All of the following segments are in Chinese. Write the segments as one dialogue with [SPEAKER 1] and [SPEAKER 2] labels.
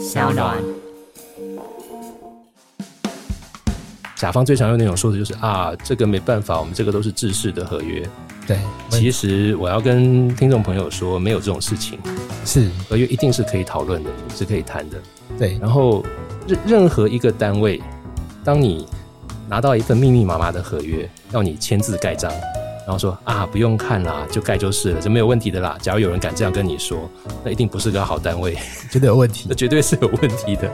[SPEAKER 1] 小暖，
[SPEAKER 2] 甲方最常用那种说的就是啊，这个没办法，我们这个都是制式的合约。
[SPEAKER 3] 对，
[SPEAKER 2] 其实我要跟听众朋友说，没有这种事情，
[SPEAKER 3] 是，
[SPEAKER 2] 合约一定是可以讨论的，是可以谈的。
[SPEAKER 3] 对，
[SPEAKER 2] 然后任任何一个单位，当你拿到一份密密麻麻的合约，要你签字盖章，然后说啊不用看啦，就盖就是了，这没有问题的啦。假如有人敢这样跟你说，那一定 不是个好单位，
[SPEAKER 3] 觉得有问题
[SPEAKER 2] 那。绝对是有问题的。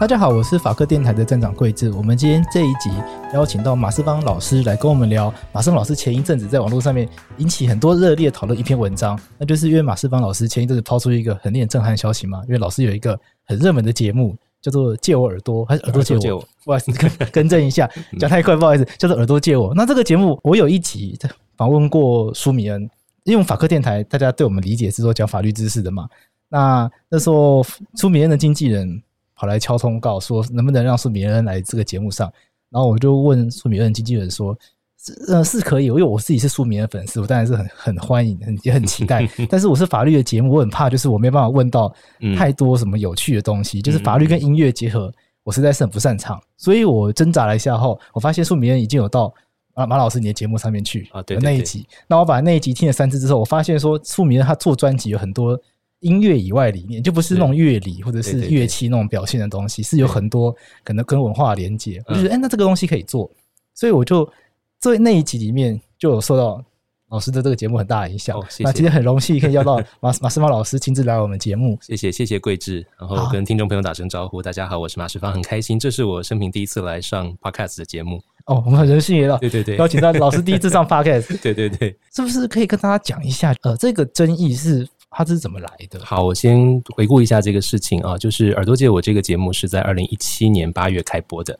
[SPEAKER 3] 大家好，我是法科电台的站长桂智。我们今天这一集邀请到马世芳老师来跟我们聊。马世芳老师前一阵子在网络上面引起很多热烈讨论一篇文章，那就是因为马世芳老师前一阵子抛出一个很令人震撼的消息嘛，因为老师有一个很热门的节目叫做《借我耳朵》，还是耳朵借我？
[SPEAKER 2] 借我
[SPEAKER 3] 不好意思，更更正一下，讲太快，不好意思，叫做耳朵借我。那这个节目我有一集访问过舒米恩，因为我们法科电台大家对我们理解是说讲法律知识的嘛。那那时候苏米恩的经纪人跑来敲通告说，能不能让苏米恩来这个节目上？然后我就问苏米恩经纪人说，是呃是可以，因为我自己是苏米恩粉丝，我当然是很很欢迎，很也很期待。但是我是法律的节目，我很怕就是我没办法问到
[SPEAKER 2] 嗯
[SPEAKER 3] 太多什么有趣的东西，就是法律跟音乐结合，我实在是很不擅长。所以我挣扎了一下后，我发现苏米恩已经有到。马马老师，你的节目上面去
[SPEAKER 2] 啊对
[SPEAKER 3] 有
[SPEAKER 2] 对
[SPEAKER 3] 那一
[SPEAKER 2] 对
[SPEAKER 3] 集，那我把那一集听了三次之后，我发现说，苏明他做专辑有很多音乐以外的理念，就不是那种乐理或者
[SPEAKER 2] 对
[SPEAKER 3] 是
[SPEAKER 2] 对对
[SPEAKER 3] 乐器那种表现的东西，是有很多可能跟文化连接。我就觉
[SPEAKER 2] 嗯
[SPEAKER 3] 得，哎、那这个东西可以做，所以我就在那一集里面就有受到老师的这个节目很大的影响。
[SPEAKER 2] 哦谢谢
[SPEAKER 3] 那今天很荣幸可以邀到 马马世芳老师亲自来我们节目。
[SPEAKER 2] 谢谢谢谢桂智，然后
[SPEAKER 3] 好
[SPEAKER 2] 跟听众朋友打声招呼，大家好，我是马世芳，很开心，这是我生平第一次来上 podcast 的节目。
[SPEAKER 3] 哦，我们很荣幸也到
[SPEAKER 2] 对对对，
[SPEAKER 3] 邀请到老师第一次上 podcast，
[SPEAKER 2] 对对对，
[SPEAKER 3] 是不是可以跟大家讲一下？呃，这个争议是它是怎么来的？
[SPEAKER 2] 好，我先回顾一下这个事情啊，就是《耳朵借我》这个节目是在二零一七年八月开播的，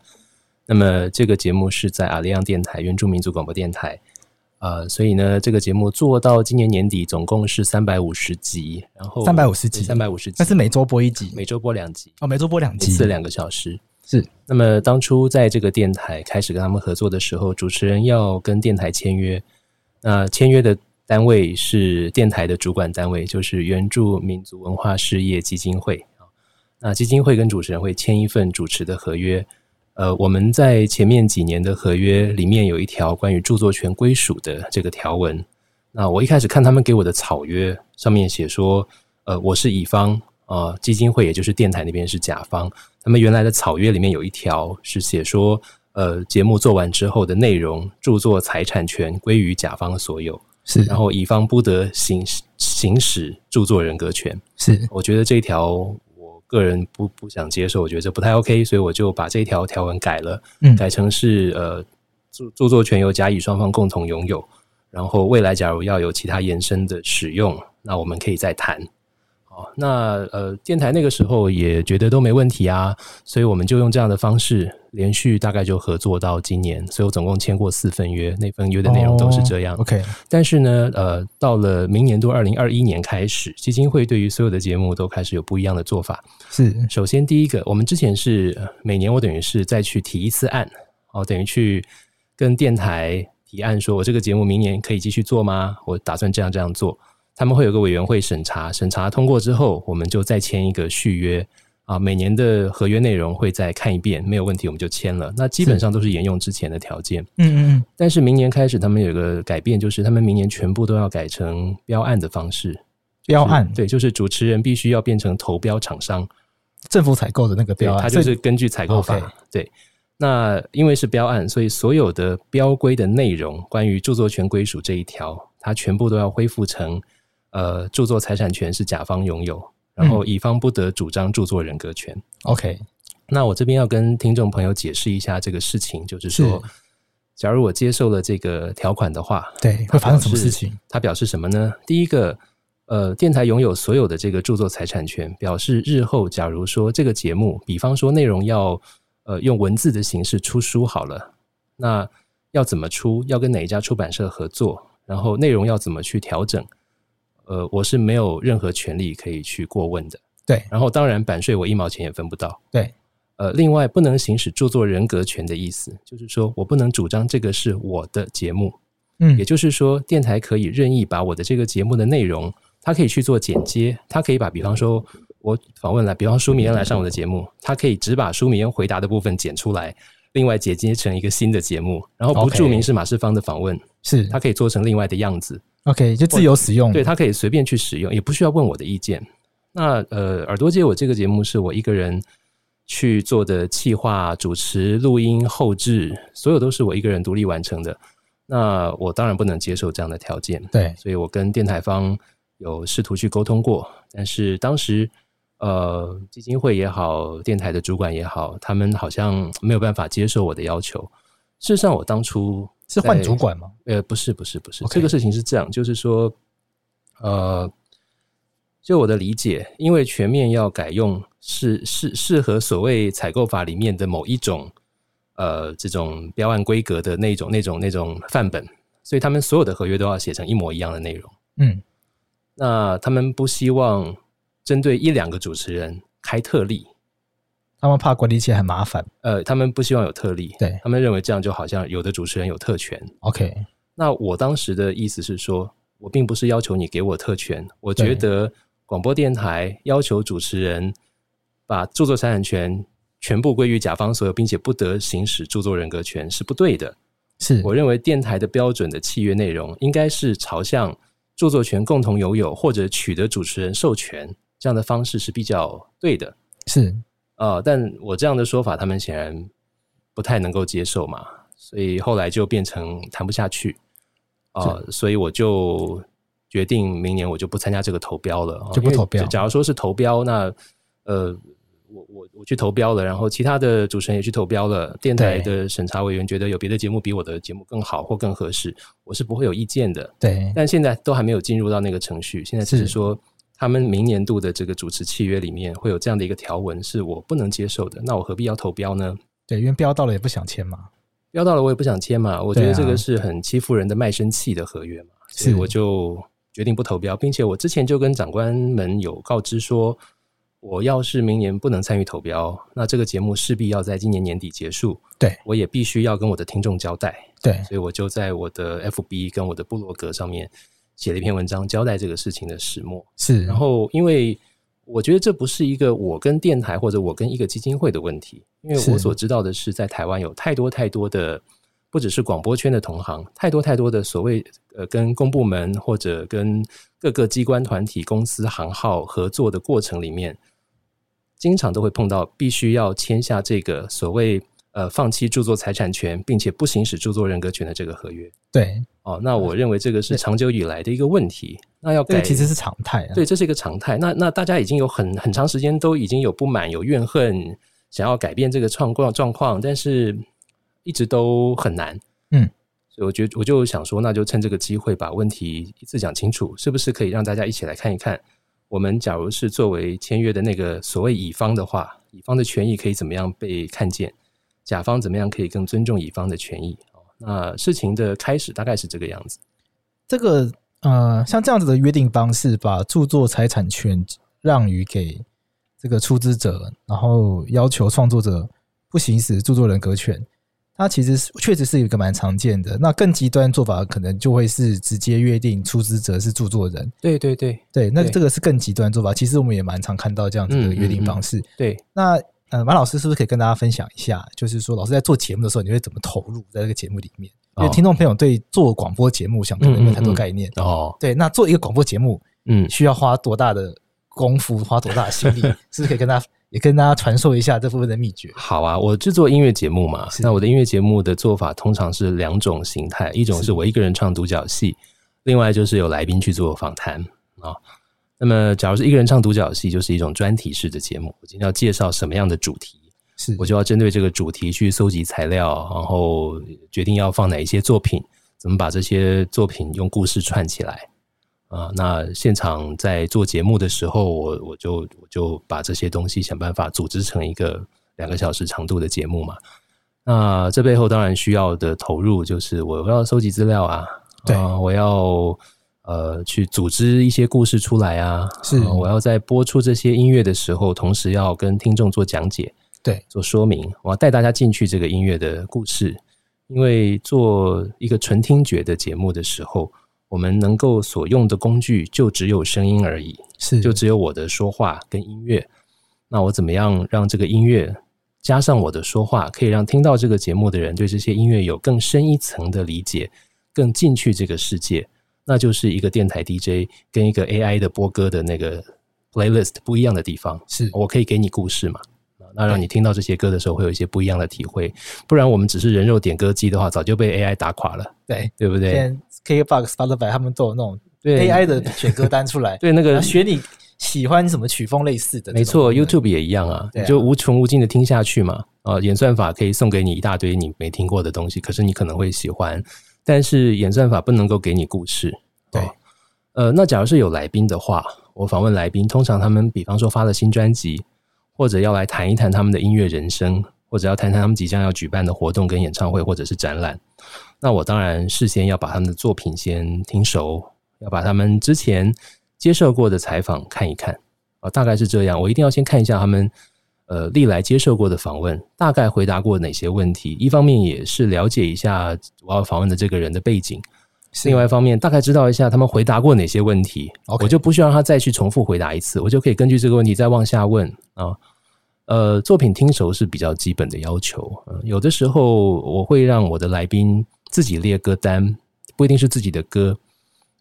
[SPEAKER 2] 那么这个节目是在阿利亚电台原住民族广播电台，呃，所以呢，这个节目做到今年年底总共是三百五十集，然后
[SPEAKER 3] 350集
[SPEAKER 2] 三百五十集，
[SPEAKER 3] 那是每周播一集，
[SPEAKER 2] 每周播两集，
[SPEAKER 3] 哦，每周播两
[SPEAKER 2] 每
[SPEAKER 3] 集，
[SPEAKER 2] 次两个小时。
[SPEAKER 3] 是
[SPEAKER 2] 那么当初在这个电台开始跟他们合作的时候，主持人要跟电台签约，那签约的单位是电台的主管单位，就是原住民族文化事业基金会那基金会跟主持人会签一份主持的合约。呃，我们在前面几年的合约里面有一条关于著作权归属的这个条文。那我一开始看他们给我的草约上面写说，呃，我是乙方，呃，基金会也就是电台那边是甲方。他们原来的草约里面有一条是写说，呃，节目做完之后的内容、著作财产权归于甲方所有，
[SPEAKER 3] 是，
[SPEAKER 2] 然后乙方不得行使行使著作人格权。
[SPEAKER 3] 是
[SPEAKER 2] 我觉得这一条我个人不不想接受，我觉得这不太 OK，所以我就把这一条条文改了，
[SPEAKER 3] 嗯
[SPEAKER 2] 改成是呃著著作权由甲乙双方共同拥有，然后未来假如要有其他延伸的使用，那我们可以再谈。哦，那呃，电台那个时候也觉得都没问题啊，所以我们就用这样的方式，连续大概就合作到今年，所以我总共签过四份约，那份约的内容都是这样。
[SPEAKER 3] 哦 OK，
[SPEAKER 2] 但是呢，呃，到了明年度二零二一年开始，基金会对于所有的节目都开始有不一样的做法。
[SPEAKER 3] 是嗯
[SPEAKER 2] 首先，第一个，我们之前是呃每年我等于是再去提一次案，哦，等于去跟电台提案，说我这个节目明年可以继续做吗？我打算这样这样做。他们会有个委员会审查，审查通过之后，我们就再签一个续约。啊，每年的合约内容会再看一遍，没有问题我们就签了。那基本上都是沿用之前的条件。
[SPEAKER 3] 嗯嗯
[SPEAKER 2] 但是明年开始，他们有一个改变，就是他们明年全部都要改成标案的方式。
[SPEAKER 3] 标案
[SPEAKER 2] 对，就是主持人必须要变成投标厂商，
[SPEAKER 3] 政府采购的那个
[SPEAKER 2] 对
[SPEAKER 3] 标，案，
[SPEAKER 2] 他就
[SPEAKER 3] 啊所
[SPEAKER 2] 是
[SPEAKER 3] 以
[SPEAKER 2] 根据采购法
[SPEAKER 3] OK
[SPEAKER 2] 对。那因为是标案，所以所有的标规的内容，关于著作权归属这一条，它全部都要恢复成，呃，著作财产权是甲方拥有，然
[SPEAKER 3] 嗯
[SPEAKER 2] 后乙方不得主张著作人格权。
[SPEAKER 3] OK
[SPEAKER 2] 那我这边要跟听众朋友解释一下这个事情，就是说，
[SPEAKER 3] 是
[SPEAKER 2] 假如我接受了这个条款的话，
[SPEAKER 3] 对，会发生什么事情？
[SPEAKER 2] 他表示什么呢？第一个，呃，电台拥有所有的这个著作财产权，表示日后假如说这个节目，比方说内容要呃用文字的形式出书好了，那要怎么出，要跟哪一家出版社合作，然后内容要怎么去调整，呃，我是没有任何权利可以去过问的。
[SPEAKER 3] 对
[SPEAKER 2] 然后当然版税我一毛钱也分不到。
[SPEAKER 3] 对，
[SPEAKER 2] 呃，另外不能行使著作人格权的意思，就是说我不能主张这个是我的节目，
[SPEAKER 3] 嗯
[SPEAKER 2] 也，就是说，电台可以任意把我的这个节目的内容，它可以去做剪接，它可以把，比方说，我访问了，比方舒米恩来上我的节目，它可以只把舒米恩回答的部分剪出来，另外剪接成一个新的节目，然后不
[SPEAKER 3] OK
[SPEAKER 2] 注明是马氏芳的访问，
[SPEAKER 3] 是
[SPEAKER 2] 它可以做成另外的样子，
[SPEAKER 3] OK，就自由使用。
[SPEAKER 2] 对，它可以随便去使用，也不需要问我的意见。那呃，耳朵街我这个节目是我一个人去做的企划、主持、录音、后置，所有都是我一个人独立完成的。那我当然不能接受这样的条件，
[SPEAKER 3] 对
[SPEAKER 2] 所以我跟电台方有试图去沟通过，但是当时呃基金会也好，电台的主管也好，他们好像没有办法接受我的要求。事实上，我当初
[SPEAKER 3] 是换
[SPEAKER 2] 在
[SPEAKER 3] 主管吗？
[SPEAKER 2] 呃，不是，不是，不是
[SPEAKER 3] OK
[SPEAKER 2] 这个事情是这样，就是说，呃，就我的理解，因为全面要改用适适适合所谓采购法里面的某一种呃这种标案规格的那种那种那种范本，所以他们所有的合约都要写成一模一样的内容。
[SPEAKER 3] 嗯，
[SPEAKER 2] 那他们不希望针对一两个主持人开特例，
[SPEAKER 3] 他们怕管理起来很麻烦。
[SPEAKER 2] 呃，他们不希望有特例，
[SPEAKER 3] 对
[SPEAKER 2] 他们认为这样就好像有的主持人有特权，
[SPEAKER 3] OK，
[SPEAKER 2] 那我当时的意思是说，我并不是要求你给我特权，我
[SPEAKER 3] 对
[SPEAKER 2] 觉得广播电台要求主持人把著作财产权全部归于甲方所有，并且不得行使著作人格权是不对的。
[SPEAKER 3] 是
[SPEAKER 2] 我认为电台的标准的契约内容应该是朝向著作权共同拥有或者取得主持人授权这样的方式是比较对的。
[SPEAKER 3] 是
[SPEAKER 2] 呃，但我这样的说法，他们显然不太能够接受嘛，所以后来就变成谈不下去啊、呃所以我就决定明年我就不参加这个投标了，啊
[SPEAKER 3] 就不
[SPEAKER 2] 因为
[SPEAKER 3] 投标
[SPEAKER 2] 假假如说是投标，那呃，我我我去投标了，然后其他的主持人也去投标了，电台
[SPEAKER 3] 对
[SPEAKER 2] 的审查委员觉得有别的节目比我的节目更好或更合适，我是不会有意见的。
[SPEAKER 3] 对
[SPEAKER 2] 但现在都还没有进入到那个程序，现在只是
[SPEAKER 3] 是
[SPEAKER 2] 说他们明年度的这个主持契约里面会有这样的一个条文，是我不能接受的。那我何必要投标呢？
[SPEAKER 3] 对，因为标到了也不想签嘛。
[SPEAKER 2] 标到了我也不想签嘛，我觉得
[SPEAKER 3] 对啊
[SPEAKER 2] 这个是很欺负人的卖身契的合约嘛，所以
[SPEAKER 3] 是
[SPEAKER 2] 我就决定不投标，并且我之前就跟长官们有告知说，我要是明年不能参与投标，那这个节目势必要在今年年底结束，
[SPEAKER 3] 对
[SPEAKER 2] 我也必须要跟我的听众交代。
[SPEAKER 3] 对
[SPEAKER 2] 所以我就在我的 FB 跟我的部落格上面写了一篇文章，交代这个事情的始末。
[SPEAKER 3] 是，
[SPEAKER 2] 然后，因为我觉得这不是一个我跟电台或者我跟一个基金会的问题，因为
[SPEAKER 3] 是
[SPEAKER 2] 我所知道的是，在台湾有太多太多的，不只是广播圈的同行，太多太多的所谓呃跟公部门或者跟各个机关团体、公司行号合作的过程里面，经常都会碰到必须要签下这个所谓呃放弃著作财产权，并且不行使著作人格权的这个合约。
[SPEAKER 3] 对，
[SPEAKER 2] 哦，那我认为这个是长久以来的一个问题。那要
[SPEAKER 3] 这
[SPEAKER 2] 改，
[SPEAKER 3] 个其实是常态啊。
[SPEAKER 2] 对，这是一个常态。那那大家已经有很很长时间都已经有不满、有怨恨，想要改变这个状况状况，但是一直都很难。
[SPEAKER 3] 嗯，
[SPEAKER 2] 所以我觉得我就想说，那就趁这个机会把问题一次讲清楚，是不是可以让大家一起来看一看，我们假如是作为签约的那个所谓乙方的话，乙方的权益可以怎么样被看见，甲方怎么样可以更尊重乙方的权益。哦那事情的开始大概是这个样子。
[SPEAKER 3] 这个呃，像这样子的约定方式，把著作财产权让与给这个出资者，然后要求创作者不行使著作人格权，它其实是确实是有一个蛮常见的。那更极端的做法，可能就会是直接约定出资者是著作人，
[SPEAKER 2] 对对对
[SPEAKER 3] 对，那
[SPEAKER 2] 对
[SPEAKER 3] 这个是更极端的做法。其实我们也蛮常看到这样子的
[SPEAKER 2] 嗯
[SPEAKER 3] 约定
[SPEAKER 2] 嗯嗯
[SPEAKER 3] 方式。
[SPEAKER 2] 对，
[SPEAKER 3] 那呃，马老师是不是可以跟大家分享一下，就是说老师在做节目的时候，你会怎么投入在这个节目里面？因为
[SPEAKER 2] 哦
[SPEAKER 3] 听众朋友对做广播节目，想可能没有太多概念。
[SPEAKER 2] 哦，
[SPEAKER 3] 对，那做一个广播节目
[SPEAKER 2] 嗯，
[SPEAKER 3] 需要花多大的功夫，花多大的心力？ 是不是可以跟大家也跟大家传授一下这部分的秘诀？
[SPEAKER 2] 好啊，我制作音乐节目嘛，
[SPEAKER 3] 是
[SPEAKER 2] 那我的音乐节目的做法通常是两种形态，一种
[SPEAKER 3] 是
[SPEAKER 2] 是我一个人唱独角戏，另外就是有来宾去做访谈啊、那么，假如是一个人唱独角戏，就是一种专题式的节目。我今天要介绍什么样的主题，
[SPEAKER 3] 是
[SPEAKER 2] 我就要针对这个主题去搜集材料，然后决定要放哪一些作品，怎么把这些作品用故事串起来。啊、那现场在做节目的时候，我我就我就把这些东西想办法组织成一个两个小时长度的节目嘛。那这背后当然需要的投入就是我要收集资料啊，
[SPEAKER 3] 对
[SPEAKER 2] 啊我要呃去组织一些故事出来啊，
[SPEAKER 3] 是
[SPEAKER 2] 啊我要在播出这些音乐的时候，同时要跟听众做讲解、
[SPEAKER 3] 对，
[SPEAKER 2] 做说明，我要带大家进去这个音乐的故事。因为做一个纯听觉的节目的时候，我们能够所用的工具就只有声音而已，
[SPEAKER 3] 是
[SPEAKER 2] 就只有我的说话跟音乐。那我怎么样让这个音乐加上我的说话，可以让听到这个节目的人对这些音乐有更深一层的理解，更进去这个世界？那就是一个电台 DJ 跟一个 AI 的播歌的那个 playlist 不一样的地方。
[SPEAKER 3] 是
[SPEAKER 2] 我可以给你故事嘛？那让你听到这些歌的时候，会有一些不一样的体会。不然我们只是人肉点歌机的话，早就被 AI 打垮了，
[SPEAKER 3] 对。
[SPEAKER 2] 对不对？
[SPEAKER 3] 现在 KBox、Spotify 他们都有那种
[SPEAKER 2] 对
[SPEAKER 3] AI 的选歌单出 来，
[SPEAKER 2] 对那
[SPEAKER 3] 然
[SPEAKER 2] 个
[SPEAKER 3] 后啊选你喜欢什么曲风类似的这种。
[SPEAKER 2] 没错
[SPEAKER 3] 对不对
[SPEAKER 2] ，YouTube 也一样啊，
[SPEAKER 3] 对啊
[SPEAKER 2] 你就无穷无尽的听下去嘛。啊、演算法可以送给你一大堆你没听过的东西，可是你可能会喜欢，但是演算法不能够给你故事。
[SPEAKER 3] 对
[SPEAKER 2] 哦呃，那假如是有来宾的话，我访问来宾，通常他们比方说发了新专辑，或者要来谈一谈他们的音乐人生，或者要谈谈他们即将要举办的活动跟演唱会或者是展览。那我当然事先要把他们的作品先听熟，要把他们之前接受过的采访看一看啊，大概是这样。我一定要先看一下他们呃历来接受过的访问，大概回答过哪些问题。一方面也是了解一下我要访问的这个人的背景，
[SPEAKER 3] 是
[SPEAKER 2] 另外一方面大概知道一下他们回答过哪些问题
[SPEAKER 3] OK
[SPEAKER 2] 我就不需要让他再去重复回答一次，我就可以根据这个问题再往下问啊。呃，作品听熟是比较基本的要求。呃有的时候我会让我的来宾自己列歌单，不一定是自己的歌，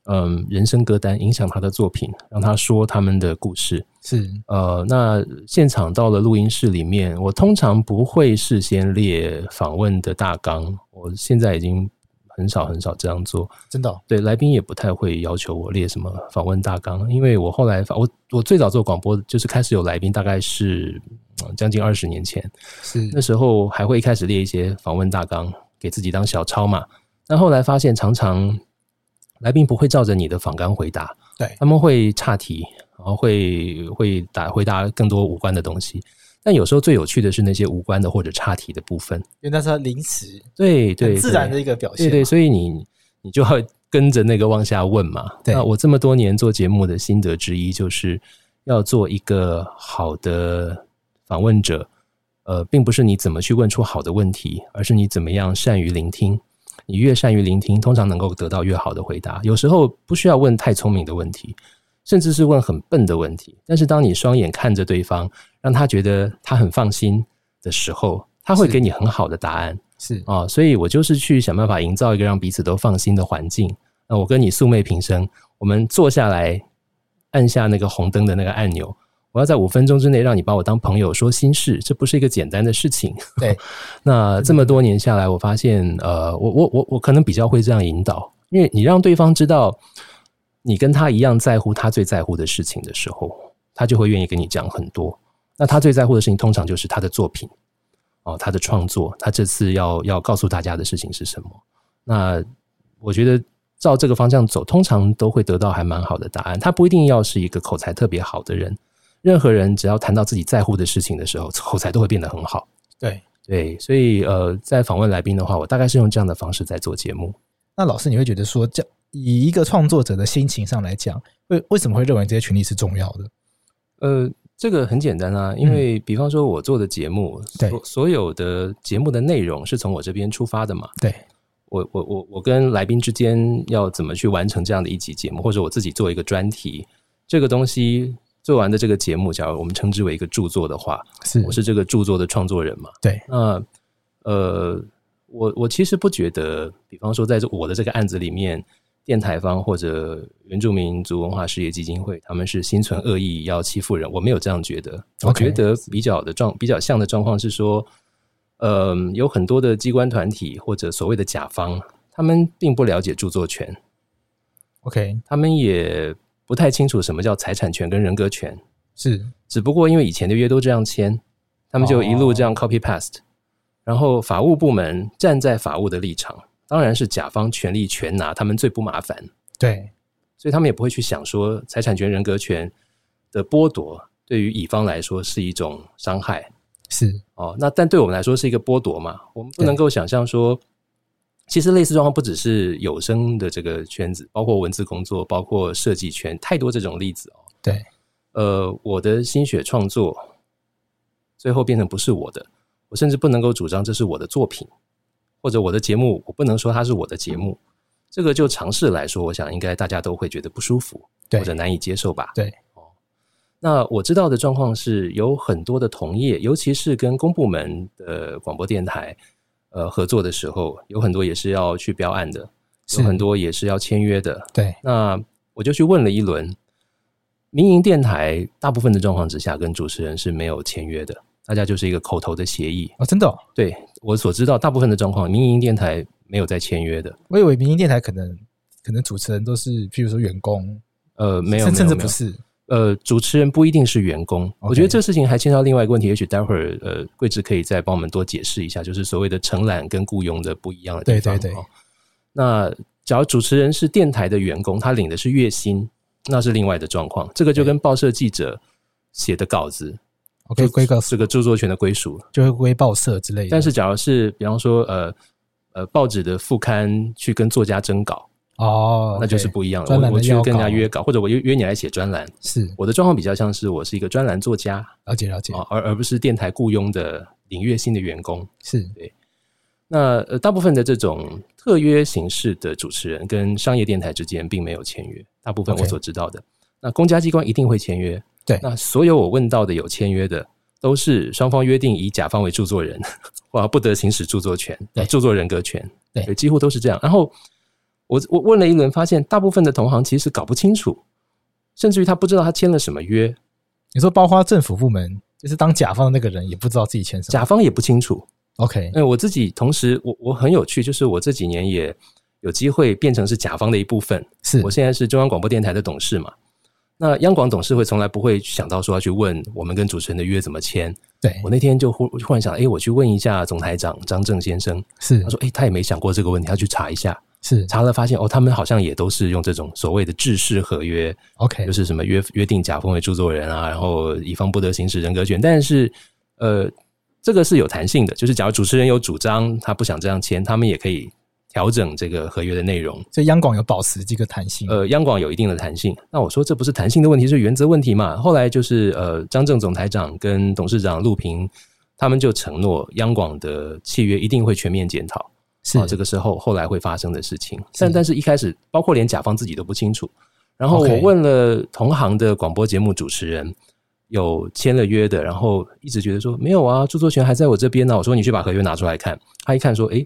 [SPEAKER 2] 嗯，人生歌单影响他的作品，让他说他们的故事。
[SPEAKER 3] 是
[SPEAKER 2] 呃，那现场到了录音室里面，我通常不会事先列访问的大纲，我现在已经很少很少这样做。
[SPEAKER 3] 真的哦
[SPEAKER 2] 对，来宾也不太会要求我列什么访问大纲，因为我后来发我 我最早做广播就是开始有来宾，大概是嗯将近二十年前，
[SPEAKER 3] 是
[SPEAKER 2] 那时候还会一开始列一些访问大纲给自己当小抄嘛。但后来发现，常常来宾不会照着你的访纲回答，
[SPEAKER 3] 对
[SPEAKER 2] 他们会岔题，然后会会答回答更多无关的东西。但有时候最有趣的是那些无关的或者岔题的部分。
[SPEAKER 3] 因为那是他临时
[SPEAKER 2] 对对，
[SPEAKER 3] 很自然
[SPEAKER 2] 对
[SPEAKER 3] 的一个表现
[SPEAKER 2] 对
[SPEAKER 3] 嘛。
[SPEAKER 2] 对，所以你你就要跟着那个往下问嘛。
[SPEAKER 3] 对
[SPEAKER 2] 那我这么多年做节目的心得之一，就是要做一个好的访问者。呃，并不是你怎么去问出好的问题，而是你怎么样善于聆听。你越善于聆听，通常能够得到越好的回答。有时候不需要问太聪明的问题，甚至是问很笨的问题。但是当你双眼看着对方，让他觉得他很放心的时候，他会
[SPEAKER 3] 是
[SPEAKER 2] 给你很好的答案。
[SPEAKER 3] 是
[SPEAKER 2] 啊，所以我就是去想办法营造一个让彼此都放心的环境。那我跟你素昧平生，我们坐下来，按下那个红灯的那个按钮。我要在五分钟之内让你把我当朋友说心事，这不是一个简单的事情。
[SPEAKER 3] 对，
[SPEAKER 2] 那这么多年下来，我发现，呃，我我我我可能比较会这样引导，因为你让对方知道你跟他一样在乎他最在乎的事情的时候，他就会愿意跟你讲很多。那他最在乎的事情，通常就是他的作品哦，他的创作，他这次要要告诉大家的事情是什么？那我觉得照这个方向走，通常都会得到还蛮好的答案。他不一定要是一个口才特别好的人，任何人只要谈到自己在乎的事情的时候， 口才都会变得很好。
[SPEAKER 3] 对。
[SPEAKER 2] 对，所以呃，在访问来宾的话，我大概是用这样的方式在做节目。
[SPEAKER 3] 那老师，你会觉得说，这以一个创作者的心情上来讲，为为什么会认为这些权利是重要的？
[SPEAKER 2] 呃，这个很简单啊，因为比方说我做的节目，
[SPEAKER 3] 对
[SPEAKER 2] 所所有的节目的内容是从我这边出发的嘛。
[SPEAKER 3] 对，
[SPEAKER 2] 我我我我跟来宾之间要怎么去完成这样的一集节目，或者我自己做一个专题，这个东西做完的这个节目，假如我们称之为一个著作的话，
[SPEAKER 3] 是
[SPEAKER 2] 我是这个著作的创作人嘛。
[SPEAKER 3] 嗯对
[SPEAKER 2] 那呃，我我其实不觉得，比方说在这我的这个案子里面，电台方或者原住民族文化事业基金会，他们是心存恶意要欺负人，我没有这样觉得。我
[SPEAKER 3] OK
[SPEAKER 2] 觉得比较的状比较像的状况是说，呃，有很多的机关团体或者所谓的甲方，他们并不了解著作权，
[SPEAKER 3] OK
[SPEAKER 2] 他们也不太清楚什么叫财产权跟人格权。
[SPEAKER 3] 是
[SPEAKER 2] 只不过因为以前的约都这样签，他们就一路这样 copy past、然后法务部门站在法务的立场，当然是甲方权力全拿，他们最不麻烦，
[SPEAKER 3] 对
[SPEAKER 2] 所以他们也不会去想说财产权、人格权的剥夺对于乙方来说是一种伤害。
[SPEAKER 3] 是
[SPEAKER 2] 哦，那但对我们来说是一个剥夺嘛，我们不能够想象说，其实类似状况不只是有声的这个圈子，包括文字工作，包括设计圈，太多这种例子哦。
[SPEAKER 3] 对，
[SPEAKER 2] 呃，我的心血创作最后变成不是我的，我甚至不能够主张这是我的作品，或者我的节目，我不能说它是我的节目。这个就尝试来说，我想应该大家都会觉得不舒服，
[SPEAKER 3] 对
[SPEAKER 2] 或者难以接受吧。
[SPEAKER 3] 对，
[SPEAKER 2] 哦，那我知道的状况是有很多的同业，尤其是跟公部门的广播电台呃合作的时候，有很多也是要去标案的，
[SPEAKER 3] 是
[SPEAKER 2] 有很多也是要签约的，
[SPEAKER 3] 对，
[SPEAKER 2] 那我就去问了一轮，民营电台大部分的状况之下，跟主持人是没有签约的，大家就是一个口头的协议。
[SPEAKER 3] 哦，真的、哦，
[SPEAKER 2] 对我所知道，大部分的状况，民营电台没有在签约的，
[SPEAKER 3] 我以为民营电台可能可能主持人都是，譬如说员工，
[SPEAKER 2] 呃，没有，
[SPEAKER 3] 甚甚至
[SPEAKER 2] 没有
[SPEAKER 3] 不。是，
[SPEAKER 2] 没有呃，主持人不一定是员工，我觉得这事情还牵到另外一个问题，也许待会儿呃，桂枝可以再帮我们多解释一下，就是所谓的承揽跟雇佣的不一样的地方。
[SPEAKER 3] 对对对
[SPEAKER 2] 哦那假如主持人是电台的员工，他领的是月薪，那是另外的状况。这个就跟报社记者写的稿子
[SPEAKER 3] 我可以归告
[SPEAKER 2] 这个著作权的归属。
[SPEAKER 3] 就会归报社之类的，
[SPEAKER 2] 但是，假如是比方说呃呃报纸的副刊去跟作家征稿，
[SPEAKER 3] 哦，
[SPEAKER 2] 那就是
[SPEAKER 3] OK，
[SPEAKER 2] 不一样了。
[SPEAKER 3] 专
[SPEAKER 2] 我
[SPEAKER 3] 栏的
[SPEAKER 2] 我去
[SPEAKER 3] 要
[SPEAKER 2] 跟人家
[SPEAKER 3] 稿
[SPEAKER 2] 约稿，或者我约约你来写专栏。
[SPEAKER 3] 是
[SPEAKER 2] 我的状况比较像是我是一个专栏作家
[SPEAKER 3] 了解了解，
[SPEAKER 2] 啊，而而不是电台雇佣的领月薪的员工。
[SPEAKER 3] 是
[SPEAKER 2] 那呃，大部分的这种特约形式的主持人跟商业电台之间并没有签约，大部分
[SPEAKER 3] OK
[SPEAKER 2] 我所知道的。那公家机关一定会签约，
[SPEAKER 3] 对
[SPEAKER 2] 那所有我问到的有签约的，都是双方约定以甲方为著作人，哇，不得行使著作权、呃
[SPEAKER 3] 对
[SPEAKER 2] 著作人格权，
[SPEAKER 3] 对
[SPEAKER 2] 几乎都是这样。然后我我问了一轮，发现大部分的同行其实搞不清楚，甚至于他不知道他签了什么约，
[SPEAKER 3] 你说包括政府部门，就是当甲方的那个人也不知道自己签什么
[SPEAKER 2] 甲方也不清楚。
[SPEAKER 3] ，OK，
[SPEAKER 2] 哎，我自己同时，我我很有趣，就是我这几年也有机会变成是甲方的一部分。
[SPEAKER 3] 是
[SPEAKER 2] 我现在是中央广播电台的董事嘛，那央广董事会从来不会想到说要去问我们跟主持人的约怎么签。
[SPEAKER 3] 对
[SPEAKER 2] 我那天就忽忽然想，哎，我去问一下总台长张正先生，
[SPEAKER 3] 是
[SPEAKER 2] 他说，哎，他也没想过这个问题，他去查一下，
[SPEAKER 3] 是
[SPEAKER 2] 查了发现哦，他们好像也都是用这种所谓的制式合约，
[SPEAKER 3] OK，
[SPEAKER 2] 就是什么约约定甲方为著作人啊，然后乙方不得行使人格权。但是，呃，这个是有弹性的，就是假如主持人有主张，他不想这样签，他们也可以调整这个合约的内容。
[SPEAKER 3] 所以央广有保持这个弹性，
[SPEAKER 2] 呃，央广有一定的弹性。那我说这不是弹性的问题，是原则问题嘛？后来就是呃，张正总台长跟董事长陆平他们就承诺，央广的契约一定会全面检讨。
[SPEAKER 3] 是
[SPEAKER 2] 啊，这个是后后来会发生的事情。
[SPEAKER 3] 是
[SPEAKER 2] 但但是一开始，包括连甲方自己都不清楚。然后
[SPEAKER 3] OK
[SPEAKER 2] 我问了同行的广播节目主持人，有签了约的，然后一直觉得说没有啊，著作权还在我这边呢、我说你去把合约拿出来看，他一看说，诶，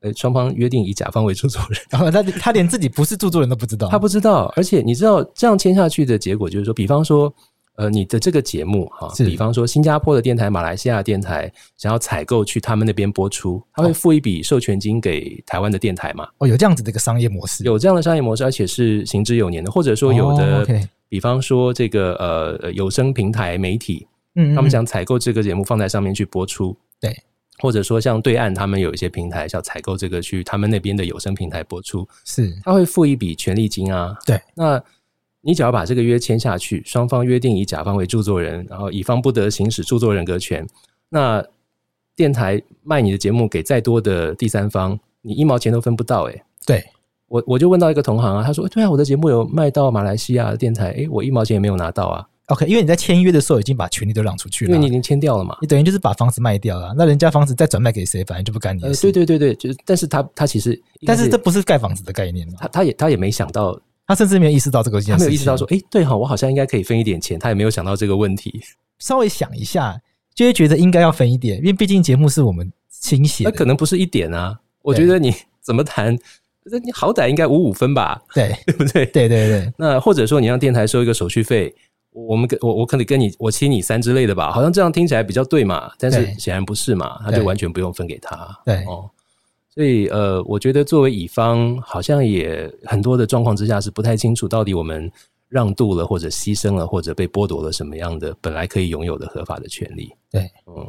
[SPEAKER 2] 呃，双方约定以甲方为著作人，
[SPEAKER 3] 然后他他连自己不是著作人都不知道，
[SPEAKER 2] 他不知道。而且你知道这样签下去的结果就是说，比方说。呃，你的这个节目哈、
[SPEAKER 3] 是
[SPEAKER 2] 比方说新加坡的电台、马来西亚的电台想要采购去他们那边播出，他
[SPEAKER 3] 哦
[SPEAKER 2] 会付一笔授权金给台湾的电台嘛？
[SPEAKER 3] 哦有这样子的一个商业模式，
[SPEAKER 2] 有这样的商业模式，而且是行之有年的，或者说有的，
[SPEAKER 3] 哦，OK
[SPEAKER 2] 比方说这个呃呃有声平台媒体，
[SPEAKER 3] 嗯，嗯
[SPEAKER 2] 他们
[SPEAKER 3] 嗯
[SPEAKER 2] 想采购这个节目放在上面去播出，
[SPEAKER 3] 对，
[SPEAKER 2] 或者说像对岸他们有一些平台想采购这个去他们那边的有声平台播出，
[SPEAKER 3] 是
[SPEAKER 2] 他会付一笔权利金啊，
[SPEAKER 3] 对，
[SPEAKER 2] 那。你只要把这个约签下去，双方约定以甲方为著作人，然后乙方不得行使著作人格权。那电台卖你的节目给再多的第三方，你一毛钱都分不到、欸，
[SPEAKER 3] 对
[SPEAKER 2] 我我就问到一个同行啊，他说：“诶对啊，我的节目有卖到马来西亚的电台，诶，我一毛钱也没有拿到啊，
[SPEAKER 3] OK，因为你在签约的时候已经把权利都让出去
[SPEAKER 2] 因为
[SPEAKER 3] 了啊，
[SPEAKER 2] 你已经签掉了嘛。
[SPEAKER 3] 你等于就是把房子卖掉了啊，那人家房子再转卖给谁，反正就不干你”
[SPEAKER 2] 呃
[SPEAKER 3] 的，事。
[SPEAKER 2] 对对对对，就是，但是他他其实应该，
[SPEAKER 3] 但是这不是盖房子的概念嘛？
[SPEAKER 2] 他他也他也没想到，
[SPEAKER 3] 他甚至没有意识到这个件
[SPEAKER 2] 他
[SPEAKER 3] 事情，
[SPEAKER 2] 没有意识到说，诶，对哈、我好像应该可以分一点钱，他也没有想到这个问题。
[SPEAKER 3] 稍微想一下，就会觉得应该要分一点，因为毕竟节目是我们倾斜
[SPEAKER 2] 那
[SPEAKER 3] 的，
[SPEAKER 2] 可能不是一点啊，我
[SPEAKER 3] 对
[SPEAKER 2] 觉得你怎么谈，那你好歹应该五五分吧，
[SPEAKER 3] 对
[SPEAKER 2] 对不对？
[SPEAKER 3] 对对对，
[SPEAKER 2] 那或者说你让电台收一个手续费，我我们跟我我可能跟你我请你三之类的吧，好像这样听起来比较对嘛，但是
[SPEAKER 3] 对
[SPEAKER 2] 显然不是嘛，他
[SPEAKER 3] 对
[SPEAKER 2] 就完全不用分给他。
[SPEAKER 3] 对
[SPEAKER 2] 哦，所以呃，我觉得作为乙方，好像也很多的状况之下是不太清楚到底我们让渡了，或者牺牲了，或者被剥夺了什么样的本来可以拥有的合法的权利。
[SPEAKER 3] 对，
[SPEAKER 2] 嗯，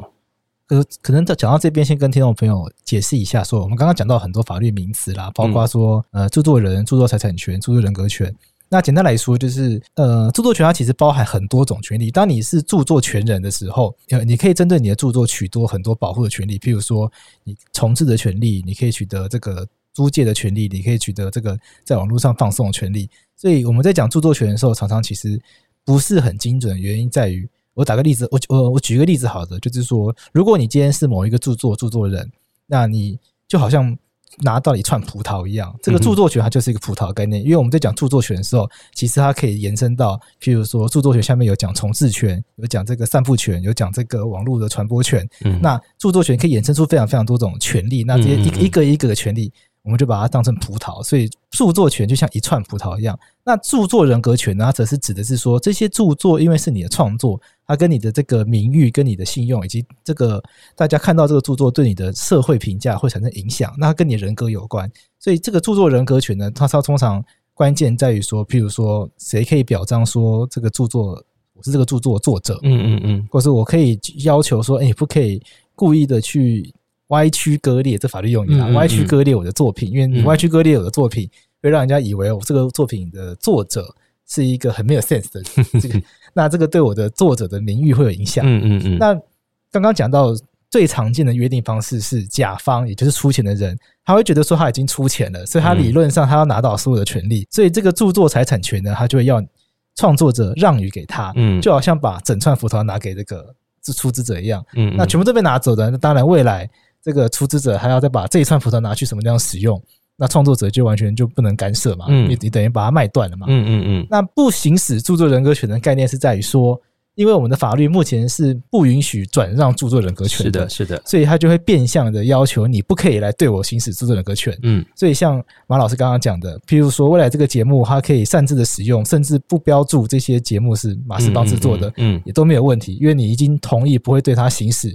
[SPEAKER 3] 可可能讲到这边，先跟听众朋友解释一下说我们刚刚讲到很多法律名词啦，包括说、呃著作人、著作财产权、著作人格权。那简单来说，就是呃，著作权它其实包含很多种权利。当你是著作权人的时候，呃，你可以针对你的著作取得很多保护的权利，譬如说你重置的权利，你可以取得这个租借的权利，你可以取得这个在网络上放送的权利。所以我们在讲著作权的时候，常常其实不是很精准，原因在于我打个例子，我我我举个例子好的，就是说，如果你今天是某一个著作著作人，那你就好像拿到一串葡萄一样，这个著作权它就是一个葡萄概念，因为我们在讲著作权的时候，其实它可以延伸到，譬如说著作权下面有讲重置权，有讲这个散布权，有讲这个网络的传播权，
[SPEAKER 2] 嗯
[SPEAKER 3] 那著作权可以衍生出非常非常多种权利，那这些一个一个一个的权利，我们就把它当成葡萄，所以著作权就像一串葡萄一样。那著作人格权呢，它则是指的是说，这些著作因为是你的创作，它跟你的这个名誉、跟你的信用，以及这个大家看到这个著作对你的社会评价会产生影响，那它跟你人格有关。所以这个著作人格权呢，它它通常关键在于说，譬如说谁可以表彰说这个著作我是这个著作的作者，
[SPEAKER 2] 嗯嗯嗯，
[SPEAKER 3] 或是我可以要求说，哎、你不可以故意的去歪曲割裂，这法律用语啦，
[SPEAKER 2] 嗯嗯嗯
[SPEAKER 3] 歪曲割裂我的作品，因为你
[SPEAKER 2] 嗯
[SPEAKER 3] 歪曲割裂我的作品，会让人家以为我这个作品的作者是一个很没有 sense 的 人，这个，那这个对我的作者的名誉会有影响。
[SPEAKER 2] 嗯嗯嗯，
[SPEAKER 3] 那刚刚讲到最常见的约定方式是甲方，也就是出钱的人，他会觉得说他已经出钱了，所以他理论上他要拿到所有的权
[SPEAKER 2] 嗯
[SPEAKER 3] 利，所以这个著作财产权呢，他就会要创作者让与给他，
[SPEAKER 2] 嗯
[SPEAKER 3] 就好像把整串葡萄拿给这个出资者一样，
[SPEAKER 2] 嗯嗯
[SPEAKER 3] 那全部都被拿走的，那当然未来这个出资者还要再把这一串葡萄拿去什么地方使用，那创作者就完全就不能干涉嘛，
[SPEAKER 2] 嗯
[SPEAKER 3] 你你等于把它卖断了嘛，
[SPEAKER 2] 嗯嗯嗯
[SPEAKER 3] 那不行使著作人格权的概念是在于说，因为我们的法律目前是不允许转让著作人格
[SPEAKER 2] 嗯，
[SPEAKER 3] 权
[SPEAKER 2] 是的，是的，
[SPEAKER 3] 所以它就会变相的要求你不可以来对我行使著作人格权。
[SPEAKER 2] 嗯
[SPEAKER 3] 所以像马老师刚刚讲的，譬如说未来这个节目它可以擅自的使用，甚至不标注这些节目是马斯邦制作的，
[SPEAKER 2] 嗯嗯嗯嗯
[SPEAKER 3] 也都没有问题，因为你已经同意不会对它行使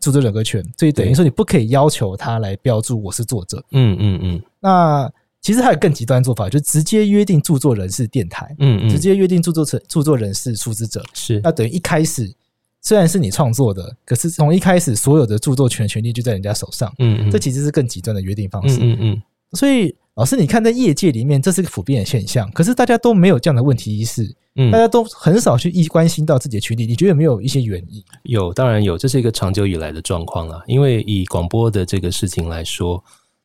[SPEAKER 3] 著作人格权，所以等于说你不可以要求他来标注我是作者。
[SPEAKER 2] 嗯嗯嗯
[SPEAKER 3] 那其实还有更极端的做法，就直接约定著作人是电台。
[SPEAKER 2] 嗯嗯，
[SPEAKER 3] 直接约定著作者著作人是出资者，
[SPEAKER 2] 是
[SPEAKER 3] 那等于一开始虽然是你创作的，可是从一开始所有的著作权权利就在人家手上，
[SPEAKER 2] 嗯嗯，
[SPEAKER 3] 这其实是更极端的约定方
[SPEAKER 2] 嗯
[SPEAKER 3] 式。
[SPEAKER 2] 嗯嗯
[SPEAKER 3] 所以老师，你看在业界里面，这是个普遍的现象，可是大家都没有这样的问题意识，
[SPEAKER 2] 嗯，
[SPEAKER 3] 大家都很少去一关心到自己的权利，你觉得有没有一些原因？
[SPEAKER 2] 有，当然有，这是一个长久以来的状况啦。因为以广播的这个事情来说，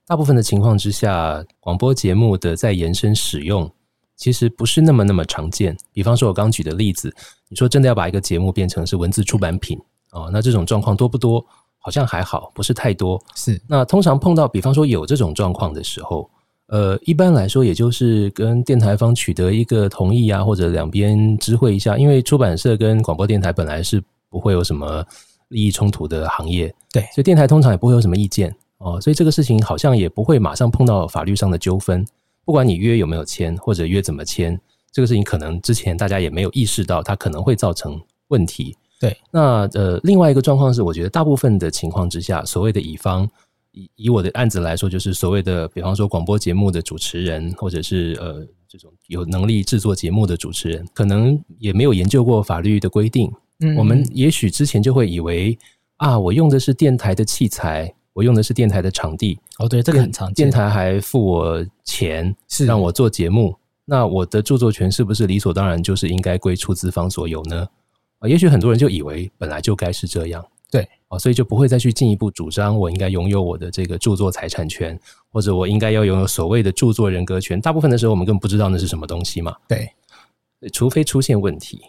[SPEAKER 2] 大部分的情况之下，广播节目的在延伸使用，其实不是那么那么常见。比方说，我刚举的例子，你说真的要把一个节目变成是文字出版品哦，那这种状况多不多？好像还好，不是太多。
[SPEAKER 3] 是
[SPEAKER 2] 那通常碰到，比方说有这种状况的时候，呃，一般来说也就是跟电台方取得一个同意啊，或者两边知会一下，因为出版社跟广播电台本来是不会有什么利益冲突的行业，
[SPEAKER 3] 对
[SPEAKER 2] 所以电台通常也不会有什么意见哦，所以这个事情好像也不会马上碰到法律上的纠纷，不管你约有没有签，或者约怎么签，这个事情可能之前大家也没有意识到，它可能会造成问题。
[SPEAKER 3] 对，
[SPEAKER 2] 那呃，另外一个状况是，我觉得大部分的情况之下，所谓的乙方，以以我的案子来说，就是所谓的，比方说广播节目的主持人，或者是呃这种有能力制作节目的主持人，可能也没有研究过法律的规定，
[SPEAKER 3] 嗯
[SPEAKER 2] 我们也许之前就会以为啊，我用的是电台的器材，我用的是电台的场地，
[SPEAKER 3] 哦，对，这个很常见，
[SPEAKER 2] 电台还付我钱
[SPEAKER 3] 是
[SPEAKER 2] 让我做节目，那我的著作权是不是理所当然就是应该归出资方所有呢？啊，也许很多人就以为本来就该是这样，
[SPEAKER 3] 对
[SPEAKER 2] 啊，所以就不会再去进一步主张我应该拥有我的这个著作财产权，或者我应该要拥有所谓的著作人格权。大部分的时候，我们根本不知道那是什么东西嘛。
[SPEAKER 3] 对
[SPEAKER 2] 除非出现问题。